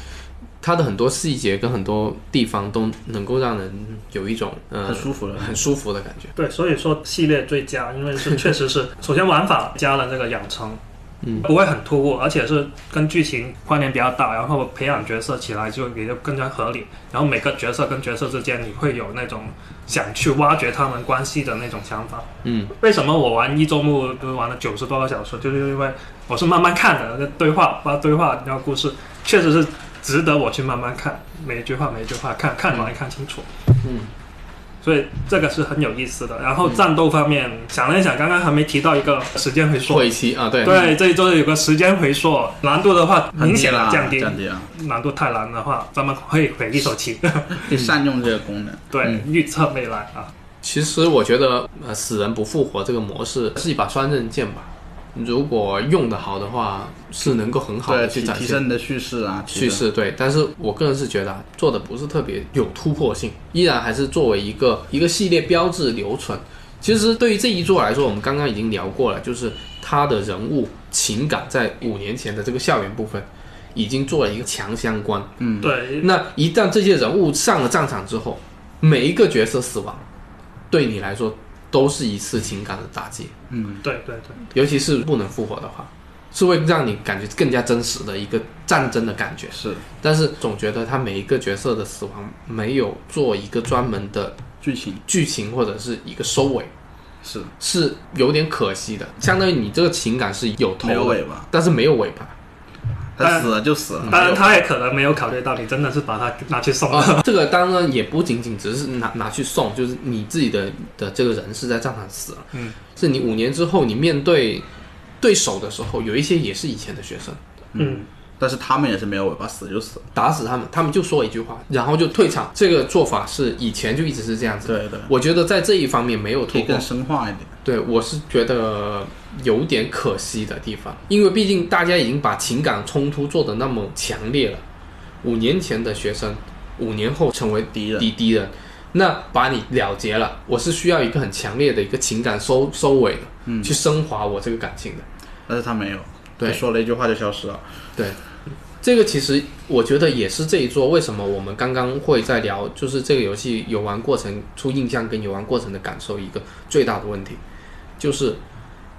它的很多细节跟很多地方都能够让人有一种呃
很舒服的
很舒服的感觉。
对，所以说系列最佳，因为
(laughs)
是确实是，首先玩法加了这个养成，
嗯，
不会很突兀，而且是跟剧情关联比较大，然后培养角色起来就也就更加合理，然后每个角色跟角色之间你会有那种想去挖掘他们关系的那种想法。
嗯，
为什么我玩一周目就是玩了九十多个小时，就是因为我是慢慢看的，那对话把对话然后故事确实是值得我去慢慢看，每一句话每一句话看看完看清楚。
嗯，
所以这个是很有意思的。然后战斗方面，想了一想，刚刚还没提到一个时间回溯。
会期啊，对，
对，这一周有个时间回溯，难度的话
很
明显的
啊
降低，
降低啊，
难度太难的话，咱们会回一手气。
嗯
就善用这个功能。
(laughs) 对，预测未来啊，
其实我觉得，呃，死人不复活这个模式是一把双刃剑吧。如果用的好的话，是能够很好
对，
的去
提
展
提
现
升你的叙事啊，提
叙
升。
事对，但是我个人是觉得啊，做的不是特别有突破性，依然还是作为一个一个系列标志留存。其实对于这一座来说，我们刚刚已经聊过了，就是他的人物情感在五年前的这个校园部分已经做了一个强相关。
嗯
对，
那一旦这些人物上了战场之后，每一个角色死亡，对你来说都是一次情感的打击，
嗯
对对对。
尤其是不能复活的话，是会让你感觉更加真实的一个战争的感觉。
是
但是总觉得他每一个角色的死亡没有做一个专门的
剧情
剧情或者是一个收尾，
是
是有点可惜的。相当于你这个情感是有头
没有
的，
尾巴，
但是没有尾巴 (laughs)
他死了就死
嗯
了。
当然，他也可能没有考虑到你真的是把它拿去送了。
啊。这个当然也不仅仅只是拿拿去送，就是你自己的的这个人是在战场死了，
嗯，
是你五年之后你面对对手的时候，有一些也是以前的学生。
嗯，
但是他们也是没有尾巴，死就死了。
打死他们，他们就说一句话，然后就退场。这个做法是以前就一直是这样子。
对对，
我觉得在这一方面没有
可
突
以
破
更，深化一点。
对，我是觉得有点可惜的地方，因为毕竟大家已经把情感冲突做得那么强烈了。五年前的学生，五年后成为
敌人
敌敌人，那把你了结了，我是需要一个很强烈的一个情感收收尾的，嗯、去升华我这个感情的。
但是他没有，
对
就说了一句话就消失了。
这个其实我觉得也是这一座为什么我们刚刚会在聊，就是这个游戏游玩过程出印象跟游玩过程的感受一个最大的问题，就是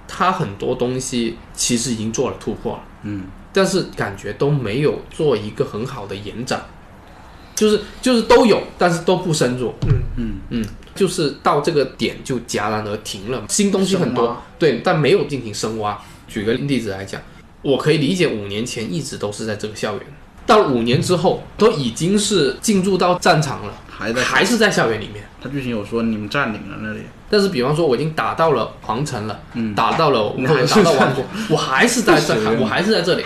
它很多东西其实已经做了突破了，
嗯，
但是感觉都没有做一个很好的延展，就是就是都有，但是都不深入，
嗯，
嗯，就是到这个点就戛然而停了。新东西很
深
多
挖，
对，但没有进行深挖。举个例子来讲，我可以理解五年前一直都是在这个校园，到五年之后都已经是进入到战场了，
还在
还是在校园里面。
他剧情有说你们占领了那里，
但是，比方说，我已经打到了皇城了，
嗯
打到
(laughs)
了
你
或
还
者
是
打到王
(laughs)
国，我还是在这
不行，
我还是在这里，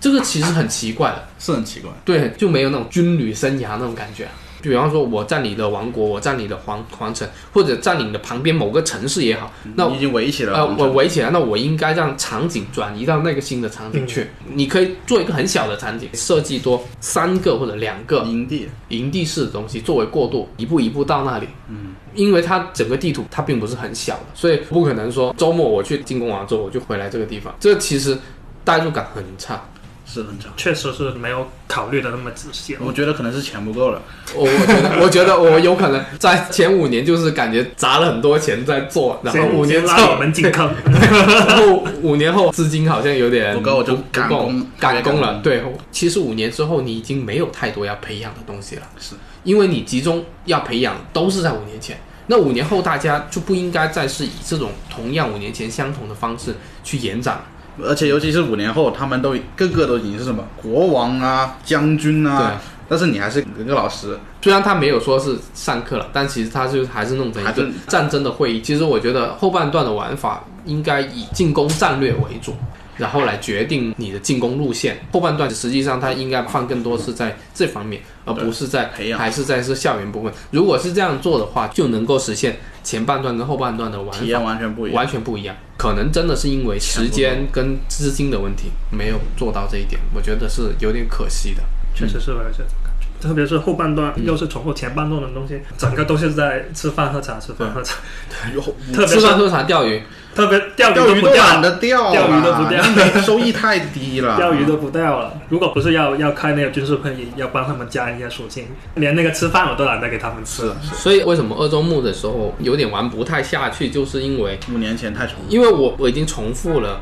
这个其实很奇怪的。
是很奇怪。
对，就没有那种军旅生涯那种感觉。啊比方说，我占领了王国，我占领了皇皇城，或者占领了旁边某个城市也好，那
你已经围起了
呃，
嗯皇城，
我围起来，那我应该让场景转移到那个新的场景去。
嗯
你可以做一个很小的场景，设计多三个或者两个
营地，
营地式的东西作为过渡，一步一步到那里。
嗯，
因为它整个地图它并不是很小的，所以不可能说周末我去进攻完之后我就回来这个地方，这其实代入感很差。
是很长。
确实是没有考虑的那么仔细。
嗯
我觉得可能是钱不够了，
我我觉得，我觉得我有可能在前五年就是感觉砸了很多钱在做，然后
先
五年
先
之
拉我
后，
们进坑，
然后五年后资金好像有点
不够我就
不
赶
够
工
赶工
赶
了
工。
对，其实五年之后你已经没有太多要培养的东西了，
是
因为你集中要培养都是在五年前。那五年后大家就不应该再是以这种同样五年前相同的方式去延展了。
而且尤其是五年后，他们都个个都已经是什么国王啊、将军啊，但是你还是一个老师，
虽然他没有说是上课了，但其实他就还是弄成一
还
个
是
战争的会议。其实我觉得后半段的玩法应该以进攻战略为主，然后来决定你的进攻路线。后半段实际上它应该放更多是在这方面，而不是在
培养
还是在是校园部分。如果是这样做的话，就能够实现前半段跟后半段的玩
体
法
验完全不一样。
完全不一样。可能真的是因为时间跟资金的问题没有做到这一点，我觉得是有点可惜的。
(laughs) 确实是我有这种感觉。
嗯
特别是后半段又是重复前半段的东西，整个都是在吃饭喝茶吃饭喝茶，特别
嗯吃
是
饭喝茶钓鱼，
特别钓鱼
钓
都
鱼
不
都懒
钓，
得钓了，
钓鱼都不钓
那 (laughs) 收益太低了。
钓鱼都不钓了。如果不是要要开那个军事会议，要帮他们加一些属性，连那个吃饭我都懒得给他们吃
是
了。
的
所以为什么二周目的时候有点玩不太下去，就是因为
五年前太穷，
因为我我已经重复了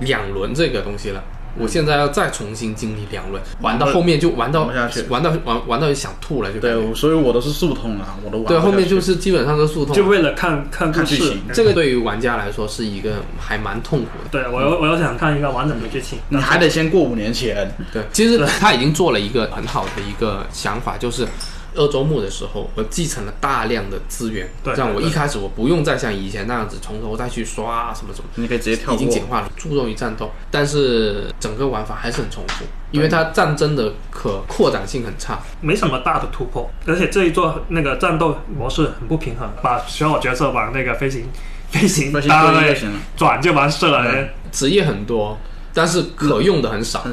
两轮这个东西了。我现在要再重新经历两轮，玩到后面就玩到
嗯玩不下去
玩到玩玩到想吐了，就感觉
对，所以我都是速通啊，我都玩不
对，
下去
后面就是基本上是速
就
通。
为了看看故
看剧
事
情。
这个对于玩家来说是一个还蛮痛苦的。
对我又我又想看一个完整的剧情，
你还得先过五年前，
对，其实他已经做了一个很好的一个想法，就是二周目的时候，我继承了大量的资源，
对
让我
对
一开始我不用再像以前那样子从头再去刷什么什么。
你可以直接跳
已经
过
简。化了，注重于战斗，但是整个玩法还是很重复，因为它战争的可扩展性很差。
没什么大的突破，而且这一座那个战斗模式很不平衡，把所有角色往那个飞行飞行
飞行
单
对应就
位
行了，
转就完事了。
嗯
职业很多，但是可用的很少。
嗯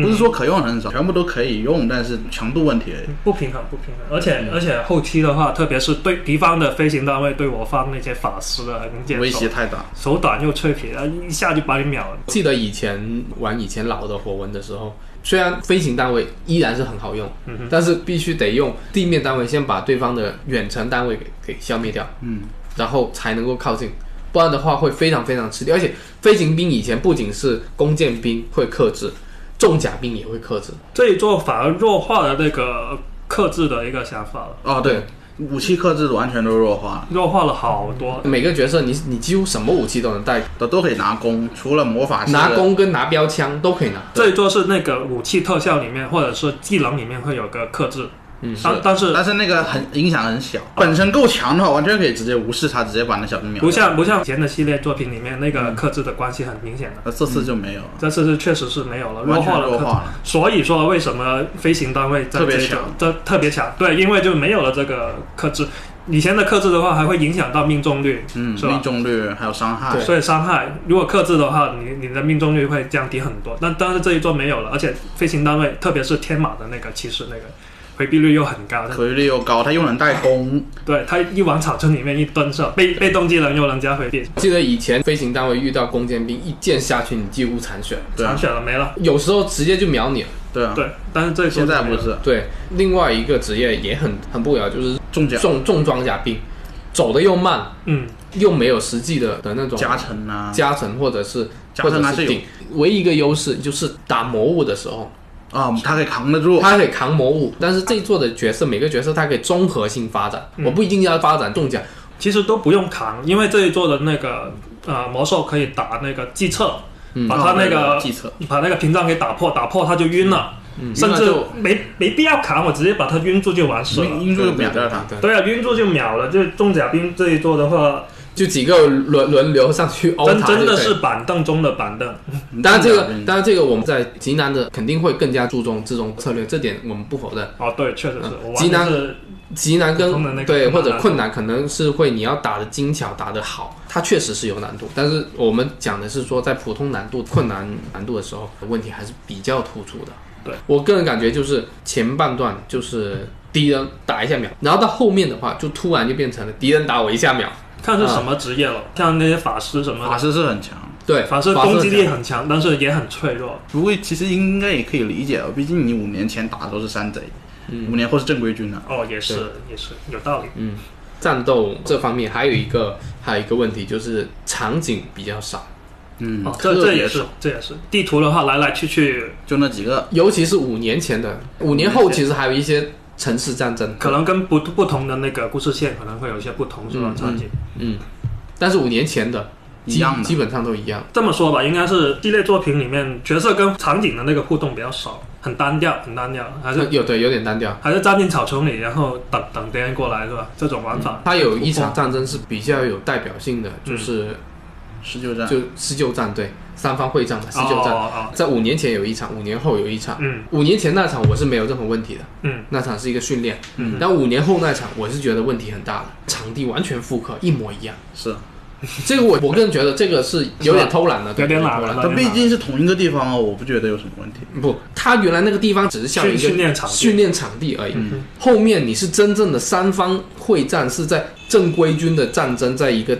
不是说可用很少，全部都可以用，但是强度问题而已。
不平衡，不平衡，而
嗯
且、而且后期的话，特别是对敌方的飞行单位对我方那些法师啊、弓箭
威
手
胁，太大，
手短又脆皮，啊，一下就把你秒了。
记得以前玩以前老的火纹的时候，虽然飞行单位依然是很好用，
嗯
但是必须得用地面单位先把对方的远程单位给给消灭掉，
嗯，
然后才能够靠近。不然的话会非常非常吃力，而且飞行兵以前不仅是弓箭兵会克制，重甲兵也会克制。
这一座反而弱化了那个克制的一个想法了，
哦对，武器克制完全都弱化了，
弱化了好
嗯
多。
每个角色你你几乎什么武器都能带，
都都可以拿弓，除了魔法师
拿弓跟拿标枪都可以拿。
这一座是那个武器特效里面或者是技能里面会有个克制，
嗯
但但是
但是那个很影响很小，本身够强的话，完全可以直接无视他，直接把那小兵秒掉。
不像不像以前的系列作品里面那
嗯
个克制的关系很明显的，
那这次就没有了，
这次是确实是没有了，弱
完全
化了克
弱
制。
化了。
所以说，为什么飞行单位在
特别
这一
强
种这特别强？对，因为就没有了这个克制。以前的克制的话，还会影响到命中率，
嗯，
是吧
命中率还有伤害
对，
所以伤害。如果克制的话，你你的命中率会降低很多。但但是这一座没有了，而且飞行单位，特别是天马的那个骑士那个回避率又很高，
可遇率又高，他又能带弓，
对他一往草丛里面一蹲射，被被动技能又能加回避，
记得以前飞行单位遇到弓箭兵，一箭下去你几乎残血，
对
残
啊，
血了没了。
有时候直接就秒你了。
对啊。
对，但是这一座
现在
就
不
没了
是
对，另外一个职业也很很不了，就是
中奖，
重重装甲兵，走的又慢，
嗯，
又没有实际的的那种
加成啊，
加成或者是
加
或
成
者
还是有
顶，唯一一个优势就是打魔物的时候，
啊，它可以扛得住。
它可以扛魔物，但是这一座的角色每个角色它可以综合性发展，我不一定要发展重甲，
其实都不用扛，因为这一座的那个呃魔兽可以打那个计策，
嗯
把它那个
哦计策，嗯
把那个屏障给打破，打破它就晕了，甚
晕
至
了嗯
没没必要扛，我直接把它晕住就完事了。
晕住就
嗯
秒掉它。
对，
对啊，晕住就秒了。就是重甲兵这一座的话，
就几个轮轮流上去凹
真
塔
真
就
的
可以
是板凳中的板凳。
当然这个
嗯，
当然这个我们在极南的肯定会更加注重这种策略，这点我们不否认。
哦，对，确实是
嗯
我
吉
玩
南
的是
极难跟
普通的那个
对
困难啊
或者困难可能是会你要打的精巧，打得好，它确实是有难度。但是我们讲的是说，在普通难度、困难难度的时候，问题还是比较突出的。
对
我个人感觉就是前半段就是敌人打一下秒，然后到后面的话就突然就变成了敌人打我一下秒。
看是什么职业了，像那些法师什么
法师是很强，
对，
的，法师攻击力很强，但是也很脆弱。
不过其实应该也可以理解哦，毕竟你五年前打的都是山贼，五年后是正规军了。
哦，也是也是有道理。
战斗这方面还有一个还有一个问题就是场景比较少。
嗯
哦，，这
特
这
别
也是这也是地图的话，来来去去，
就那几个，
尤其是五年前的，五年后其实还有一些城市战争，
可能跟不不同的那个故事线可能会有一些不同，是吧？场景
嗯，但是五年前的基
一样的
基本上都一样。
这么说吧，应该是系列作品里面角色跟场景的那个互动比较少，很单调，很单调，还是
有对有点单调。
还是钻进草丛里，然后等等别人过来，是吧？这种玩法，
它有一场战争是比较有代表性的，就是
十九战
就施救战，对，三方会战嘛，施
哦
救嗯战，
哦，哦
在五年前有一场，五年后有一场。
嗯
五年前那场我是没有任何问题的，
嗯，
那场是一个训练，
嗯，
但五年后那场我是觉得问题很大的，场地完全复刻，一模一样。
是，
这个我我个人觉得这个是有点偷懒了，对
有点懒
偷
了
但毕竟是同一个地方哦，我不觉得有什么问题。
不，他原来那个地方只是像一个
训训练场地嗯
训练场地而已。后面你是真正的三方会战，是在正规军的战争，在一个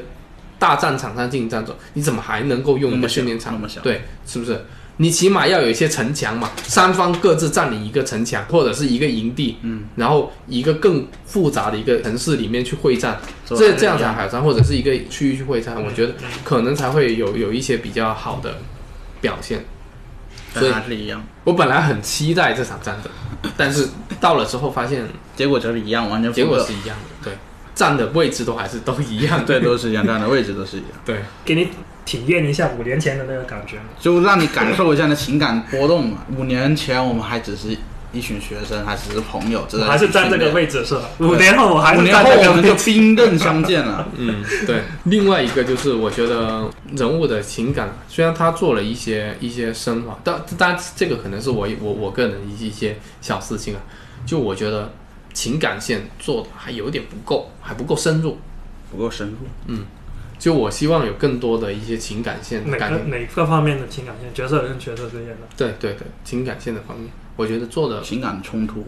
大战场上进行战争，你怎么还能够用
那
一个
么小
训练场？
那么小
对，是不是？你起码要有一些城墙嘛，三方各自占领一个城墙或者是一个营地，嗯，然后一个更复杂的一个城市里面去会战，
是吧
这这样才好战，或者是一个区域去会战，
嗯
我觉得可能才会有有一些比较好的表现。所以
但还是一样，
我本来很期待这场战争，但是到了之后发现
结果就是一样，完全
结果
复
是一样的，对，站的位置都还是都一样
刻对，都是一样，站的位置都是一样，
对，
给你体验一下五年前的那个感觉。
就让你感受一下那情感波动嘛。五年前我们还只是一群学生，还只是朋友，只
我还是站这个位置是吧？五年后我还
五
是
年
站
后
这个
我们
位
就
置。
兵刃相见了。
嗯，对。另外一个就是我觉得人物的情感，虽然他做了一些一些升华，但但这个可能是我我我个人的一些小事情啊，就我觉得情感线做的还有点不够，还不够深入。
不够深入，
就我希望有更多的一些情感线
哪
感
个
情
哪个方面的情感线，角色跟角色之间的，
对对对，情感线的方面，我觉得做的
情感冲突，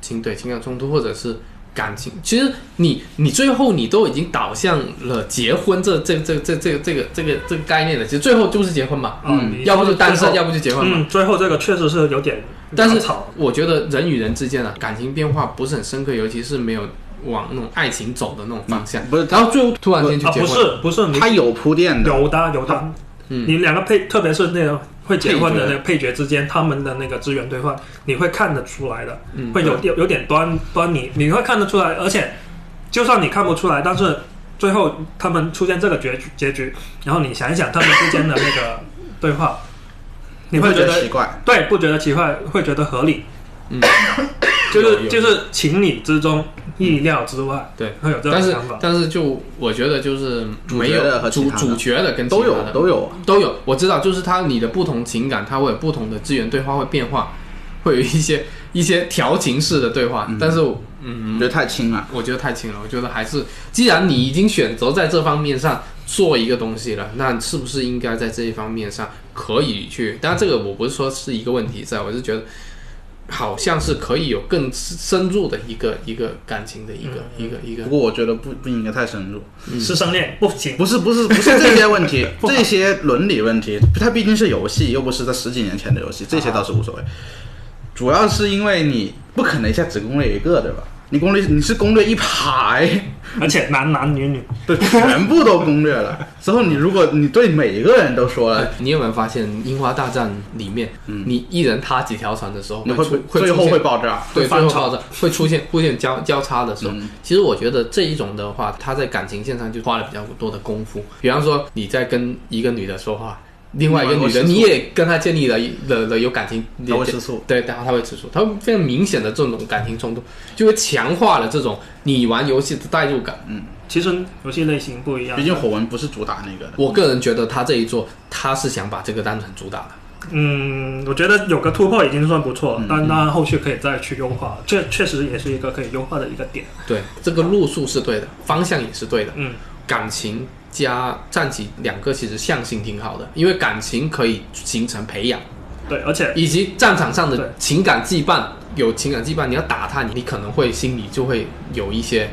情对情感冲突或者是感情，其实你你最后你都已经导向了结婚这这这这这这个这个这个概念了，其实最后就是结婚嘛，
嗯你
要不就单
最
身，
后
要不就结婚嘛。
嗯，最后这个确实是有点
但是
草，
我觉得人与人之间啊，感情变化不是很深刻，尤其是没有往那种爱情走的那种方向。
不是
然后最后突然间就
嗯啊，
结
不
婚，
是不是，你
它有铺垫的，
有的有的，
嗯
你两个配，特别是那种会结婚的
配角
那个配角之间，他们的那个资源兑换，你会看得出来的，
嗯
会有有有点端端倪，你会看得出来，而且就算你看不出来，但是最后他们出现这个结局结局，然后你想一想他们之间的那个对话，你会
会
觉
得奇
得
怪。
对，不觉得奇怪，会觉得合理，
嗯，
就
有
是
有
就是情理之中，意料之外，
对
会有这
但
种
是
想法。
但是就我觉得就是没
主角的
有
和
主
其他的
主角的跟
都
其他
有
的
都有，啊
都有，我知道，就是它你的不同情感，它会有不同的资源对话会变化，会有一些一些调情式的对
嗯
话，但是我
我觉得太轻了。
我觉得太轻了，我觉得还是，既然你已经选择在这方面上做一个东西了，那是不是应该在这一方面上可以去？当然，这个我不是说是一个问题在，我是觉得好像是可以有更深入的一个一个感情的一
嗯
个、一个一个
不过我觉得不不应该太深入，
师生恋不行，
不是不是不是这些问题，这些伦理问题，它毕竟是游戏，又不是在十几年前的游戏，这些倒是无所谓。主要是因为你不可能一下只攻略一个，对吧？你攻略你是攻略一排，
而且男男女女，
对，全部都攻略了。之后你如果你对每一个人都说了，
呃你有没有发现《樱花大战》里面，你一人踏几条船的时候，
你
会出
嗯会最
出
后
现
会爆炸。
对，
翻
最后
炒
的会出现出现交交叉的时候，其实我觉得这一种的话，他在感情线上就花了比较多的功夫。比方说你在跟一个女的说话，另外一个女的
另外一个会吃醋
你也跟她建立了了了有感情，
她会吃醋，
对，然后她会吃醋，她会非常明显的这种感情冲突，就会强化了这种你玩游戏的代入感。
其实游戏类型不一样
毕。竟火纹不是主打那个的，
我个人觉得他这一做，他是想把这个当成主打的。
嗯，我觉得有个突破已经算不错
嗯
了，但当然后续可以再去优化，这确实也是一个可以优化的一个点。
对，这个路数是对的，方向也是对的。
嗯，
感情加战棋两个其实向性挺好的，因为感情可以形成培养，
对，而且
以及战场上
对
的情感羁绊，有情感羁绊，你要打他，你你可能会心里就会有一些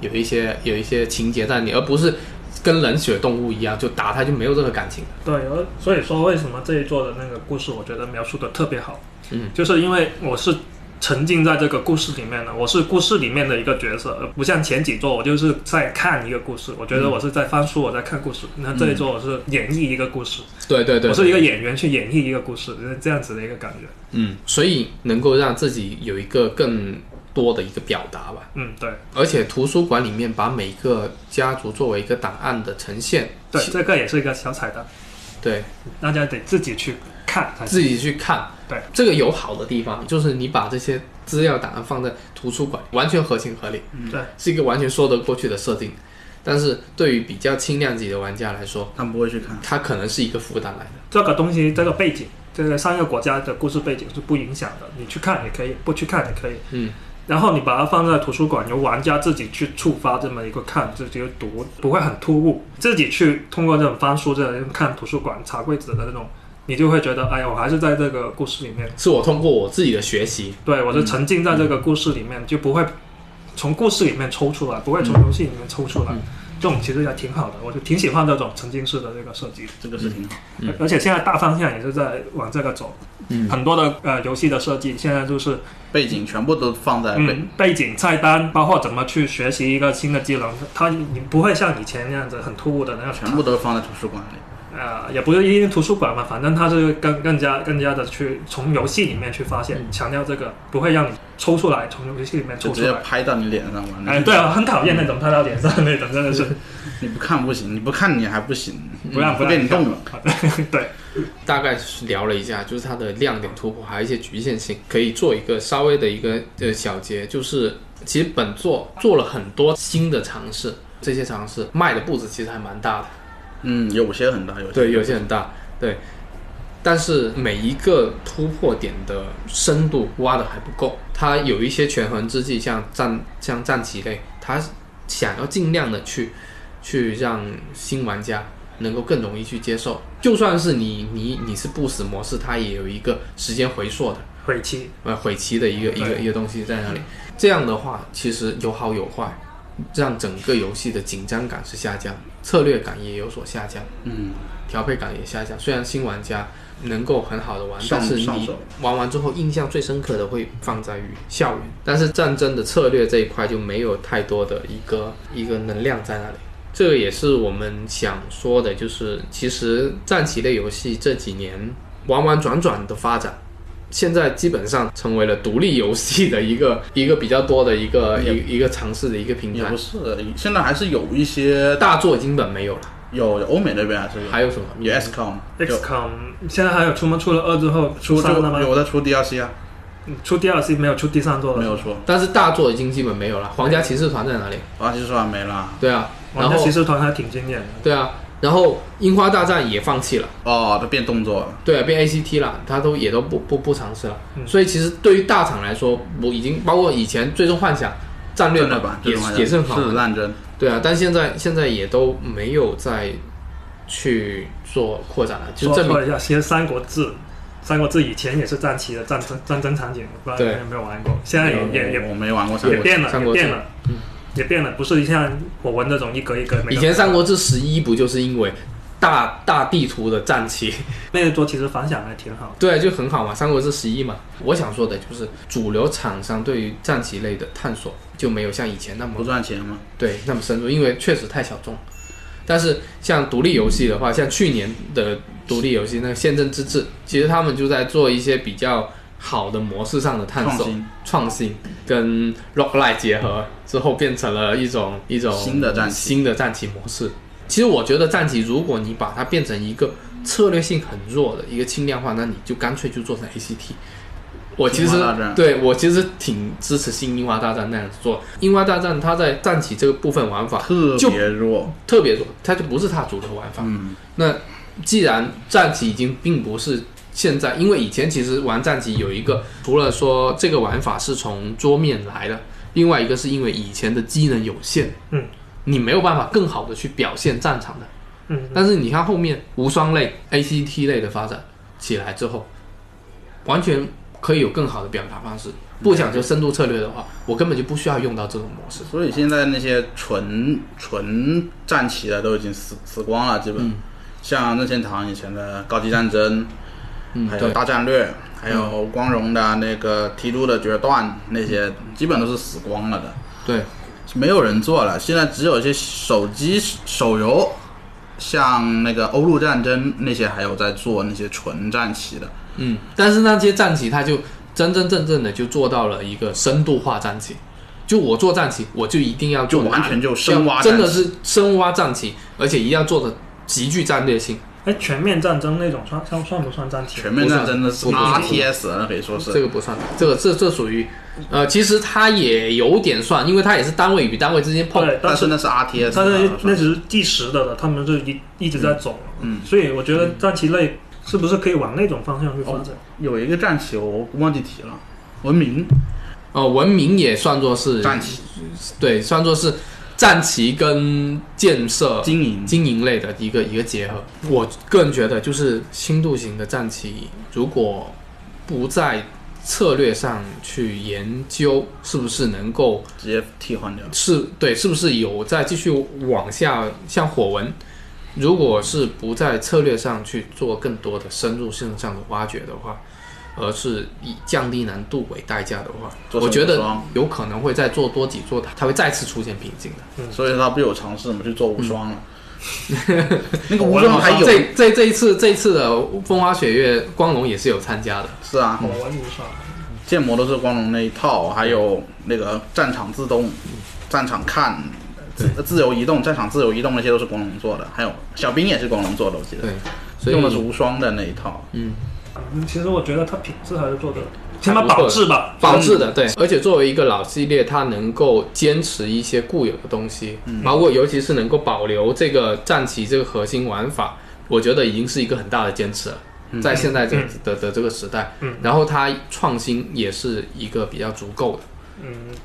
有一些有一些情节在你，而不是跟冷血动物一样，就打他就没有任何感情。
对，而所以说为什么这一座的那个故事，我觉得描述的特别好，
嗯，
就是因为我是沉浸在这个故事里面的，我是故事里面的一个角色，而不像前几座我就是在看一个故事，
嗯
我觉得我是在翻书，我在看故事，那这一座我是演绎一个故事，
对对对，
我是一个
对
演员去演绎一个故事，就是这样子的一个感觉。
嗯，所以能够让自己有一个更多的一个表达吧。
嗯，对
而且图书馆里面把每个家族作为一个档案的呈现，
对，
其
这个也是一个小彩蛋，
对
大家得自己去看才行。
自己去看。
对，
这个有好的地方，就是你把这些资料档案放在图书馆，完全合情合理，
嗯对，
是一个完全说得过去的设定。但是对于比较轻量级的玩家来说，
他们不会去看。
它可能是一个负担来的。
这个东西这个背景，这个三个国家的故事背景是不影响的，你去看也可以，不去看也可以。
嗯，
然后你把它放在图书馆，由玩家自己去触发这么一个看，自己去读，不会很突兀。自己去通过这种翻书、这种看图书馆查柜子的那种，你就会觉得，哎呀，我还是在这个故事里面，
是我通过我自己的学习，
对我是沉浸在这个故事里
嗯
面，就不会从故事里面抽出来，不会从游戏里面抽出来。
嗯
这种其实也挺好的，我就挺喜欢这种沉浸式的这个设计。
这个是挺好，
嗯
而且现在大方向也是在往这个走，
嗯
很多的呃游戏的设计现在就是
背景全部都放在背
嗯，背景菜单，包括怎么去学习一个新的技能，它你不会像以前那样子很突兀的那样
全
嗯
部都放在图书馆里。
呃，也不是一定图书馆嘛，反正它是更更加更加的去从游戏里面去发现，
嗯
强调这个不会让你抽出来，从游戏里面抽
就直
出
接
来。
拍到你脸上玩。
哎，对啊，很讨厌那种拍到脸上的那种，真的是
你不看不行，你不看你还不行，
嗯
不让
不
让
给你动
看
了。
(laughs) 对，
大概是聊了一下，就是它的亮点突破，还有一些局限性，可以做一个稍微的一个呃小结，就是其实本作做了很多新的尝试，这些尝试迈的步子其实还蛮大的，
嗯，有些很大，有些
对，有些很大，对，但是每一个突破点的深度挖的还不够，它有一些权衡之际，像战像战棋类，它想要尽量的去去让新玩家能够更容易去接受，就算是你你你是不死模式，它也有一个时间回溯的。
毁期
呃毁棋的一个一个
对
一个东西在那里。这样的话，其实有好有坏，让整个游戏的紧张感是下降，策略感也有所下降，
嗯，
调配感也下降。虽然新玩家能够很好的玩，
上
但是
上
你
手
玩完之后印象最深刻的会放在于校园，但是战争的策略这一块就没有太多的一个一个能量在那里。这个也是我们想说的，就是其实战棋类游戏这几年完完转转的发展，现在基本上成为了独立游戏的一个 (laughs) 一个比较多的一个一一个尝试的一个平
也
台
不。是，现在还是有一些
大作已经本没有了，
有有欧美那边还是有，
还有什么？
有 XCOM，有
XCOM 现在还有出吗？出了二之后
出
三了
就
吗？
有在出 DLC 啊，
嗯出第二 C 没有出第三
哦
座了，
没有出，
但是大作已经基本没有了。皇家骑士团在哪里？
啊，其实还没啦。
对啊，
玩
然
家
后
骑士团还挺经典的。
对啊，然后樱花大战也放弃了，
哦，它变动作了，
对啊，变 ACT 了，他都也都不不不尝试了。所以其实对于大厂来说，我已经包括以前最终幻想战略
真的吧？
也
这种好像
也是很好玩
是
的
烂真，
对啊，但现在现在也都没有再去做扩展了，就
说
证
说
明
一下，其实《三国志》，《三国志》以前也是战旗的战争战争场景，不知道
对
你有没有玩过？现在也也
我
也
我没玩过三
也
国志，
变了，
三
也
国志
变了，也变了，不是像我文那种一格一格没有。
以前《三国志十一》不就是因为大大地图的战棋，
那个桌其实反响还挺好，
对，就很好嘛。三国志十一嘛，我想说的就是主流厂商对于战棋类的探索就没有像以前那么
不赚钱吗？
对那么深入，因为确实太小众。但是像独立游戏的话，像去年的独立游戏那个《宪政之治》，其实他们就在做一些比较好的模式上的探
创
索、
新
创新，跟 rock l i g e 结合之后，变成了一种一种
新的战棋
新的战棋模式。其实我觉得战棋，如果你把它变成一个策略性很弱的一个轻量化，那你就干脆就做成 ACT。我其实
青蛙大战
对我其实挺支持新樱花大战那样子做。樱花大战它在战棋这个部分玩法
特
就
别弱，
特别多，它就不是它主流玩法。
嗯，
那既然战棋已经并不是现在，因为以前其实玩战棋有一个，除了说这个玩法是从桌面来的，另外一个是因为以前的机能有限，
嗯，
你没有办法更好的去表现战场的。
嗯，
但是你看后面无双类、ACT 类的发展起来之后，完全可以有更好的表达方式。不讲究深度策略的话，我根本就不需要用到这种模式。
所以现在那些纯纯战旗的都已经死死光了，基本、
嗯
像任天堂以前的高级战争，
嗯，
还有
对，
大战略，还有光荣的那个提督的决断，那些基本都是死光了的，
对，
没有人做了。现在只有一些手机手游，像那个欧陆战争那些还有在做那些纯战旗的，
嗯，但是那些战棋，它就真真正正的就做到了一个深度化战棋。就我做战棋，我就一定要
就
做
完
难
全就深挖
要
战
真的
旗。
是深挖战棋，而且一定要做的极具战略性。
哎，全面战争那种算算算不算战棋？
全面战争的
不算
RTS 了，可以说
这
是
个不算，这个这这属于，呃，其实它也有点算，因为它也是单位与单位之间碰。
对，但
但是
是
那是 RTS，
但是
嘛
那只是计时的了，他们就一一直在走，
嗯嗯哦
所以我觉得战棋类是不是可以往那种方向去发展？
有一个战旗我忘记提了，文明
呃，文明也算作是
战旗
对，算作是战棋跟建设
经营
经营类的一个一个结合。我个人觉得，就是轻度型的战棋，如果不在策略上去研究，是不是能够
直接替换掉，
是对，是不是有在继续往下，像火纹。如果是不在策略上去做更多的深入性上的挖掘的话，而是以降低难度为代价的话，
做成
我觉
武
得
装
有可能会再做多几座塔，它会再次出现瓶颈的。
所以他不有尝试嘛，就做无双了。那个
嗯 (laughs) 我
无双还有
这这这一次这一次的风花雪月，光荣也是有参加的。
是啊，
嗯
我玩无双，
建模都是光荣那一套，还有那个战场自动、
嗯
战场看、自自由移动、战场自由移动那些都是光荣做的，还有小兵也是光荣做的，我记得
对，所以
用的是无双的那一套。
嗯，
嗯其实我觉得它品质还是做的，起码
还不错
保质吧。
保质的对，而且作为一个老系列，它能够坚持一些固有的东西，包括尤其是能够保留这个战棋这个核心玩法，我觉得已经是一个很大的坚持了。在现在这
嗯
的的这个时代
嗯，
然后它创新也是一个比较足够的。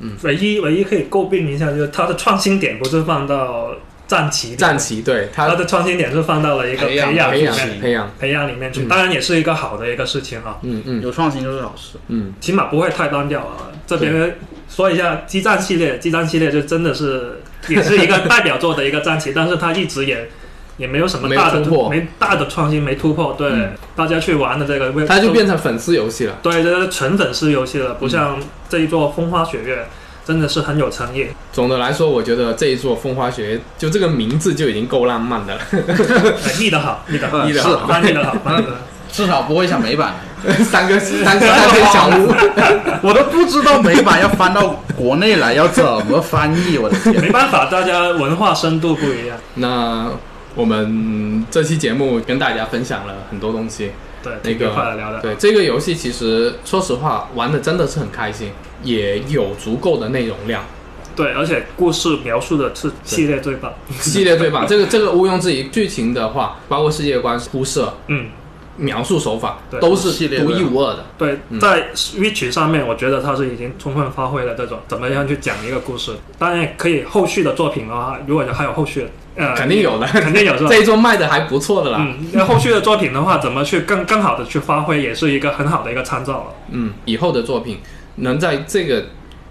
嗯，唯一唯一可以诟病一下就是它的创新点不是放到战棋里，
战棋对
它
它
的创新点是放到了一个
培
培
养
养
培
里
养
面，
型
培养，
培养里面去，当然也是一个好的一个事情啊。
嗯嗯
有创新就是好事，
嗯，
起码不会太单调啊。这边说一下激战系列，激战系列就真
(laughs)
的是也是一个代表作的一个战棋，但是它一直也也没有什么大的
没突破嗯
没大的创新，没突破。对，大家去玩的这个，
它就变嗯成粉丝游戏了。
对，这是纯粉丝游戏了，不像这一座风花雪月。真的是很有诚
(laughs)
意，
总的来说，我觉得这一座风花雪月就这个名字就已经够浪漫
(laughs)
的了。
哎译的好，译的好，
嗯
译
(laughs)
的好，翻译的好，翻译的好。
至少不会像美版。
三个三个三间小屋，
(laughs)
(laughs)
我都不知道美版要翻到国内来要怎么翻译，我的天！
没办法，大家文化深度不一样，
那我们这期节目跟大家分享了很多东西。
对，
那
挺愉
个
快的聊的。
对这个游戏，其实说实话，玩的真的是很开心，也有足够的内容
(laughs)
量。
对，而且故事描述的是系列最棒。
系列对吧？这个这个毋庸置疑，剧情的话，包括世界观、铺设、
嗯，
描述手法
对
都
系
是
列
独一
对
无二的。
对
嗯，
在 Switch 上面，我觉得它是已经充分发挥了这种怎么样去讲一个故事。当然，可以后续的作品的话，如果有还有后续的，呃，
肯定有的
(laughs) 肯定有是
(laughs)
吧
这？一座卖的还不错的啦。
嗯，那后续的作品的话，怎么去更更好的去发挥，也是一个很好的一个参照了。
嗯，以后的作品能在这个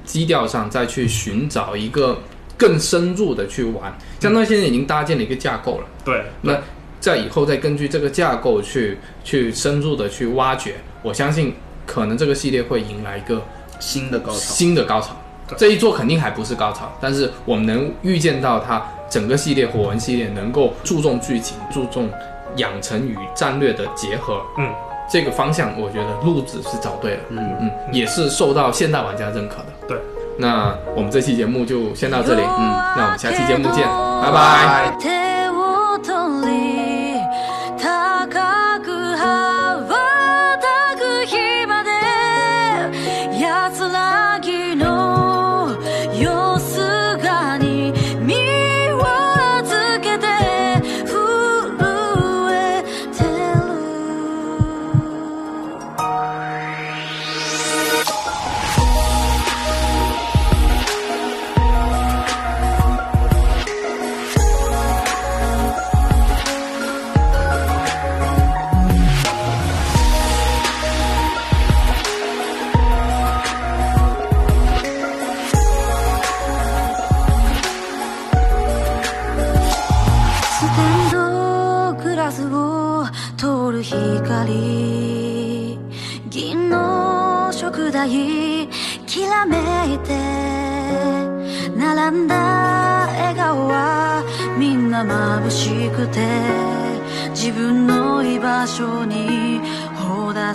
基调上再去寻找一个更深入的去玩，相当于现在已经搭建了一个架构了。
对，
那在以后再根据这个架构去去深入的去挖掘，我相信可能这个系列会迎来一个
新的高潮。
新的高潮
对。
这一座肯定还不是高潮，但是我们能预见到它整个系列火纹系列能够注重剧情、注重养成与战略的结合，
嗯，
这个方向我觉得路子是找对了，
嗯，
嗯，也是受到现代玩家认可的。
对，
那我们这期节目就先到这里，嗯，那我们下期节目见，
哦
拜拜。
拜
手を取り高く羽ばたく日まで安らぎの様子がに身を預けて震えてるステンドグラスを通る光銀の食台きらめいて並んだ笑顔はみんな眩しくて自分の居場所に放出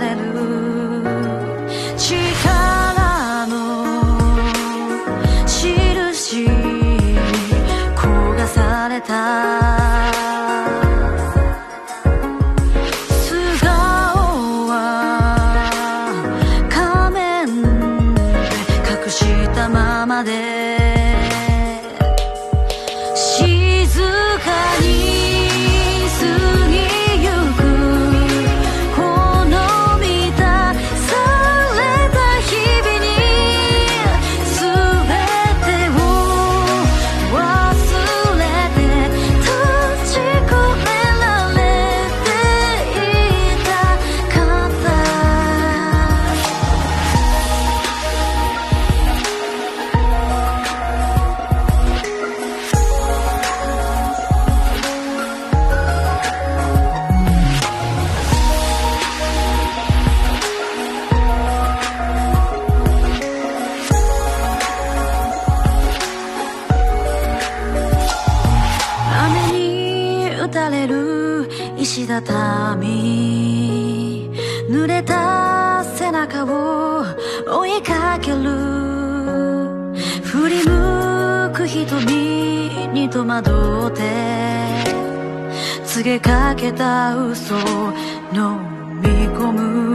れる力の印焦がされた素顔は仮面で隠したままで静かに過ぎゆくこの満たされた日々に全てを忘れて閉じ込められていたかった雨に打たれる石畳濡れた背中を追いかける振り向く瞳に戸惑って告げかけた嘘飲み込む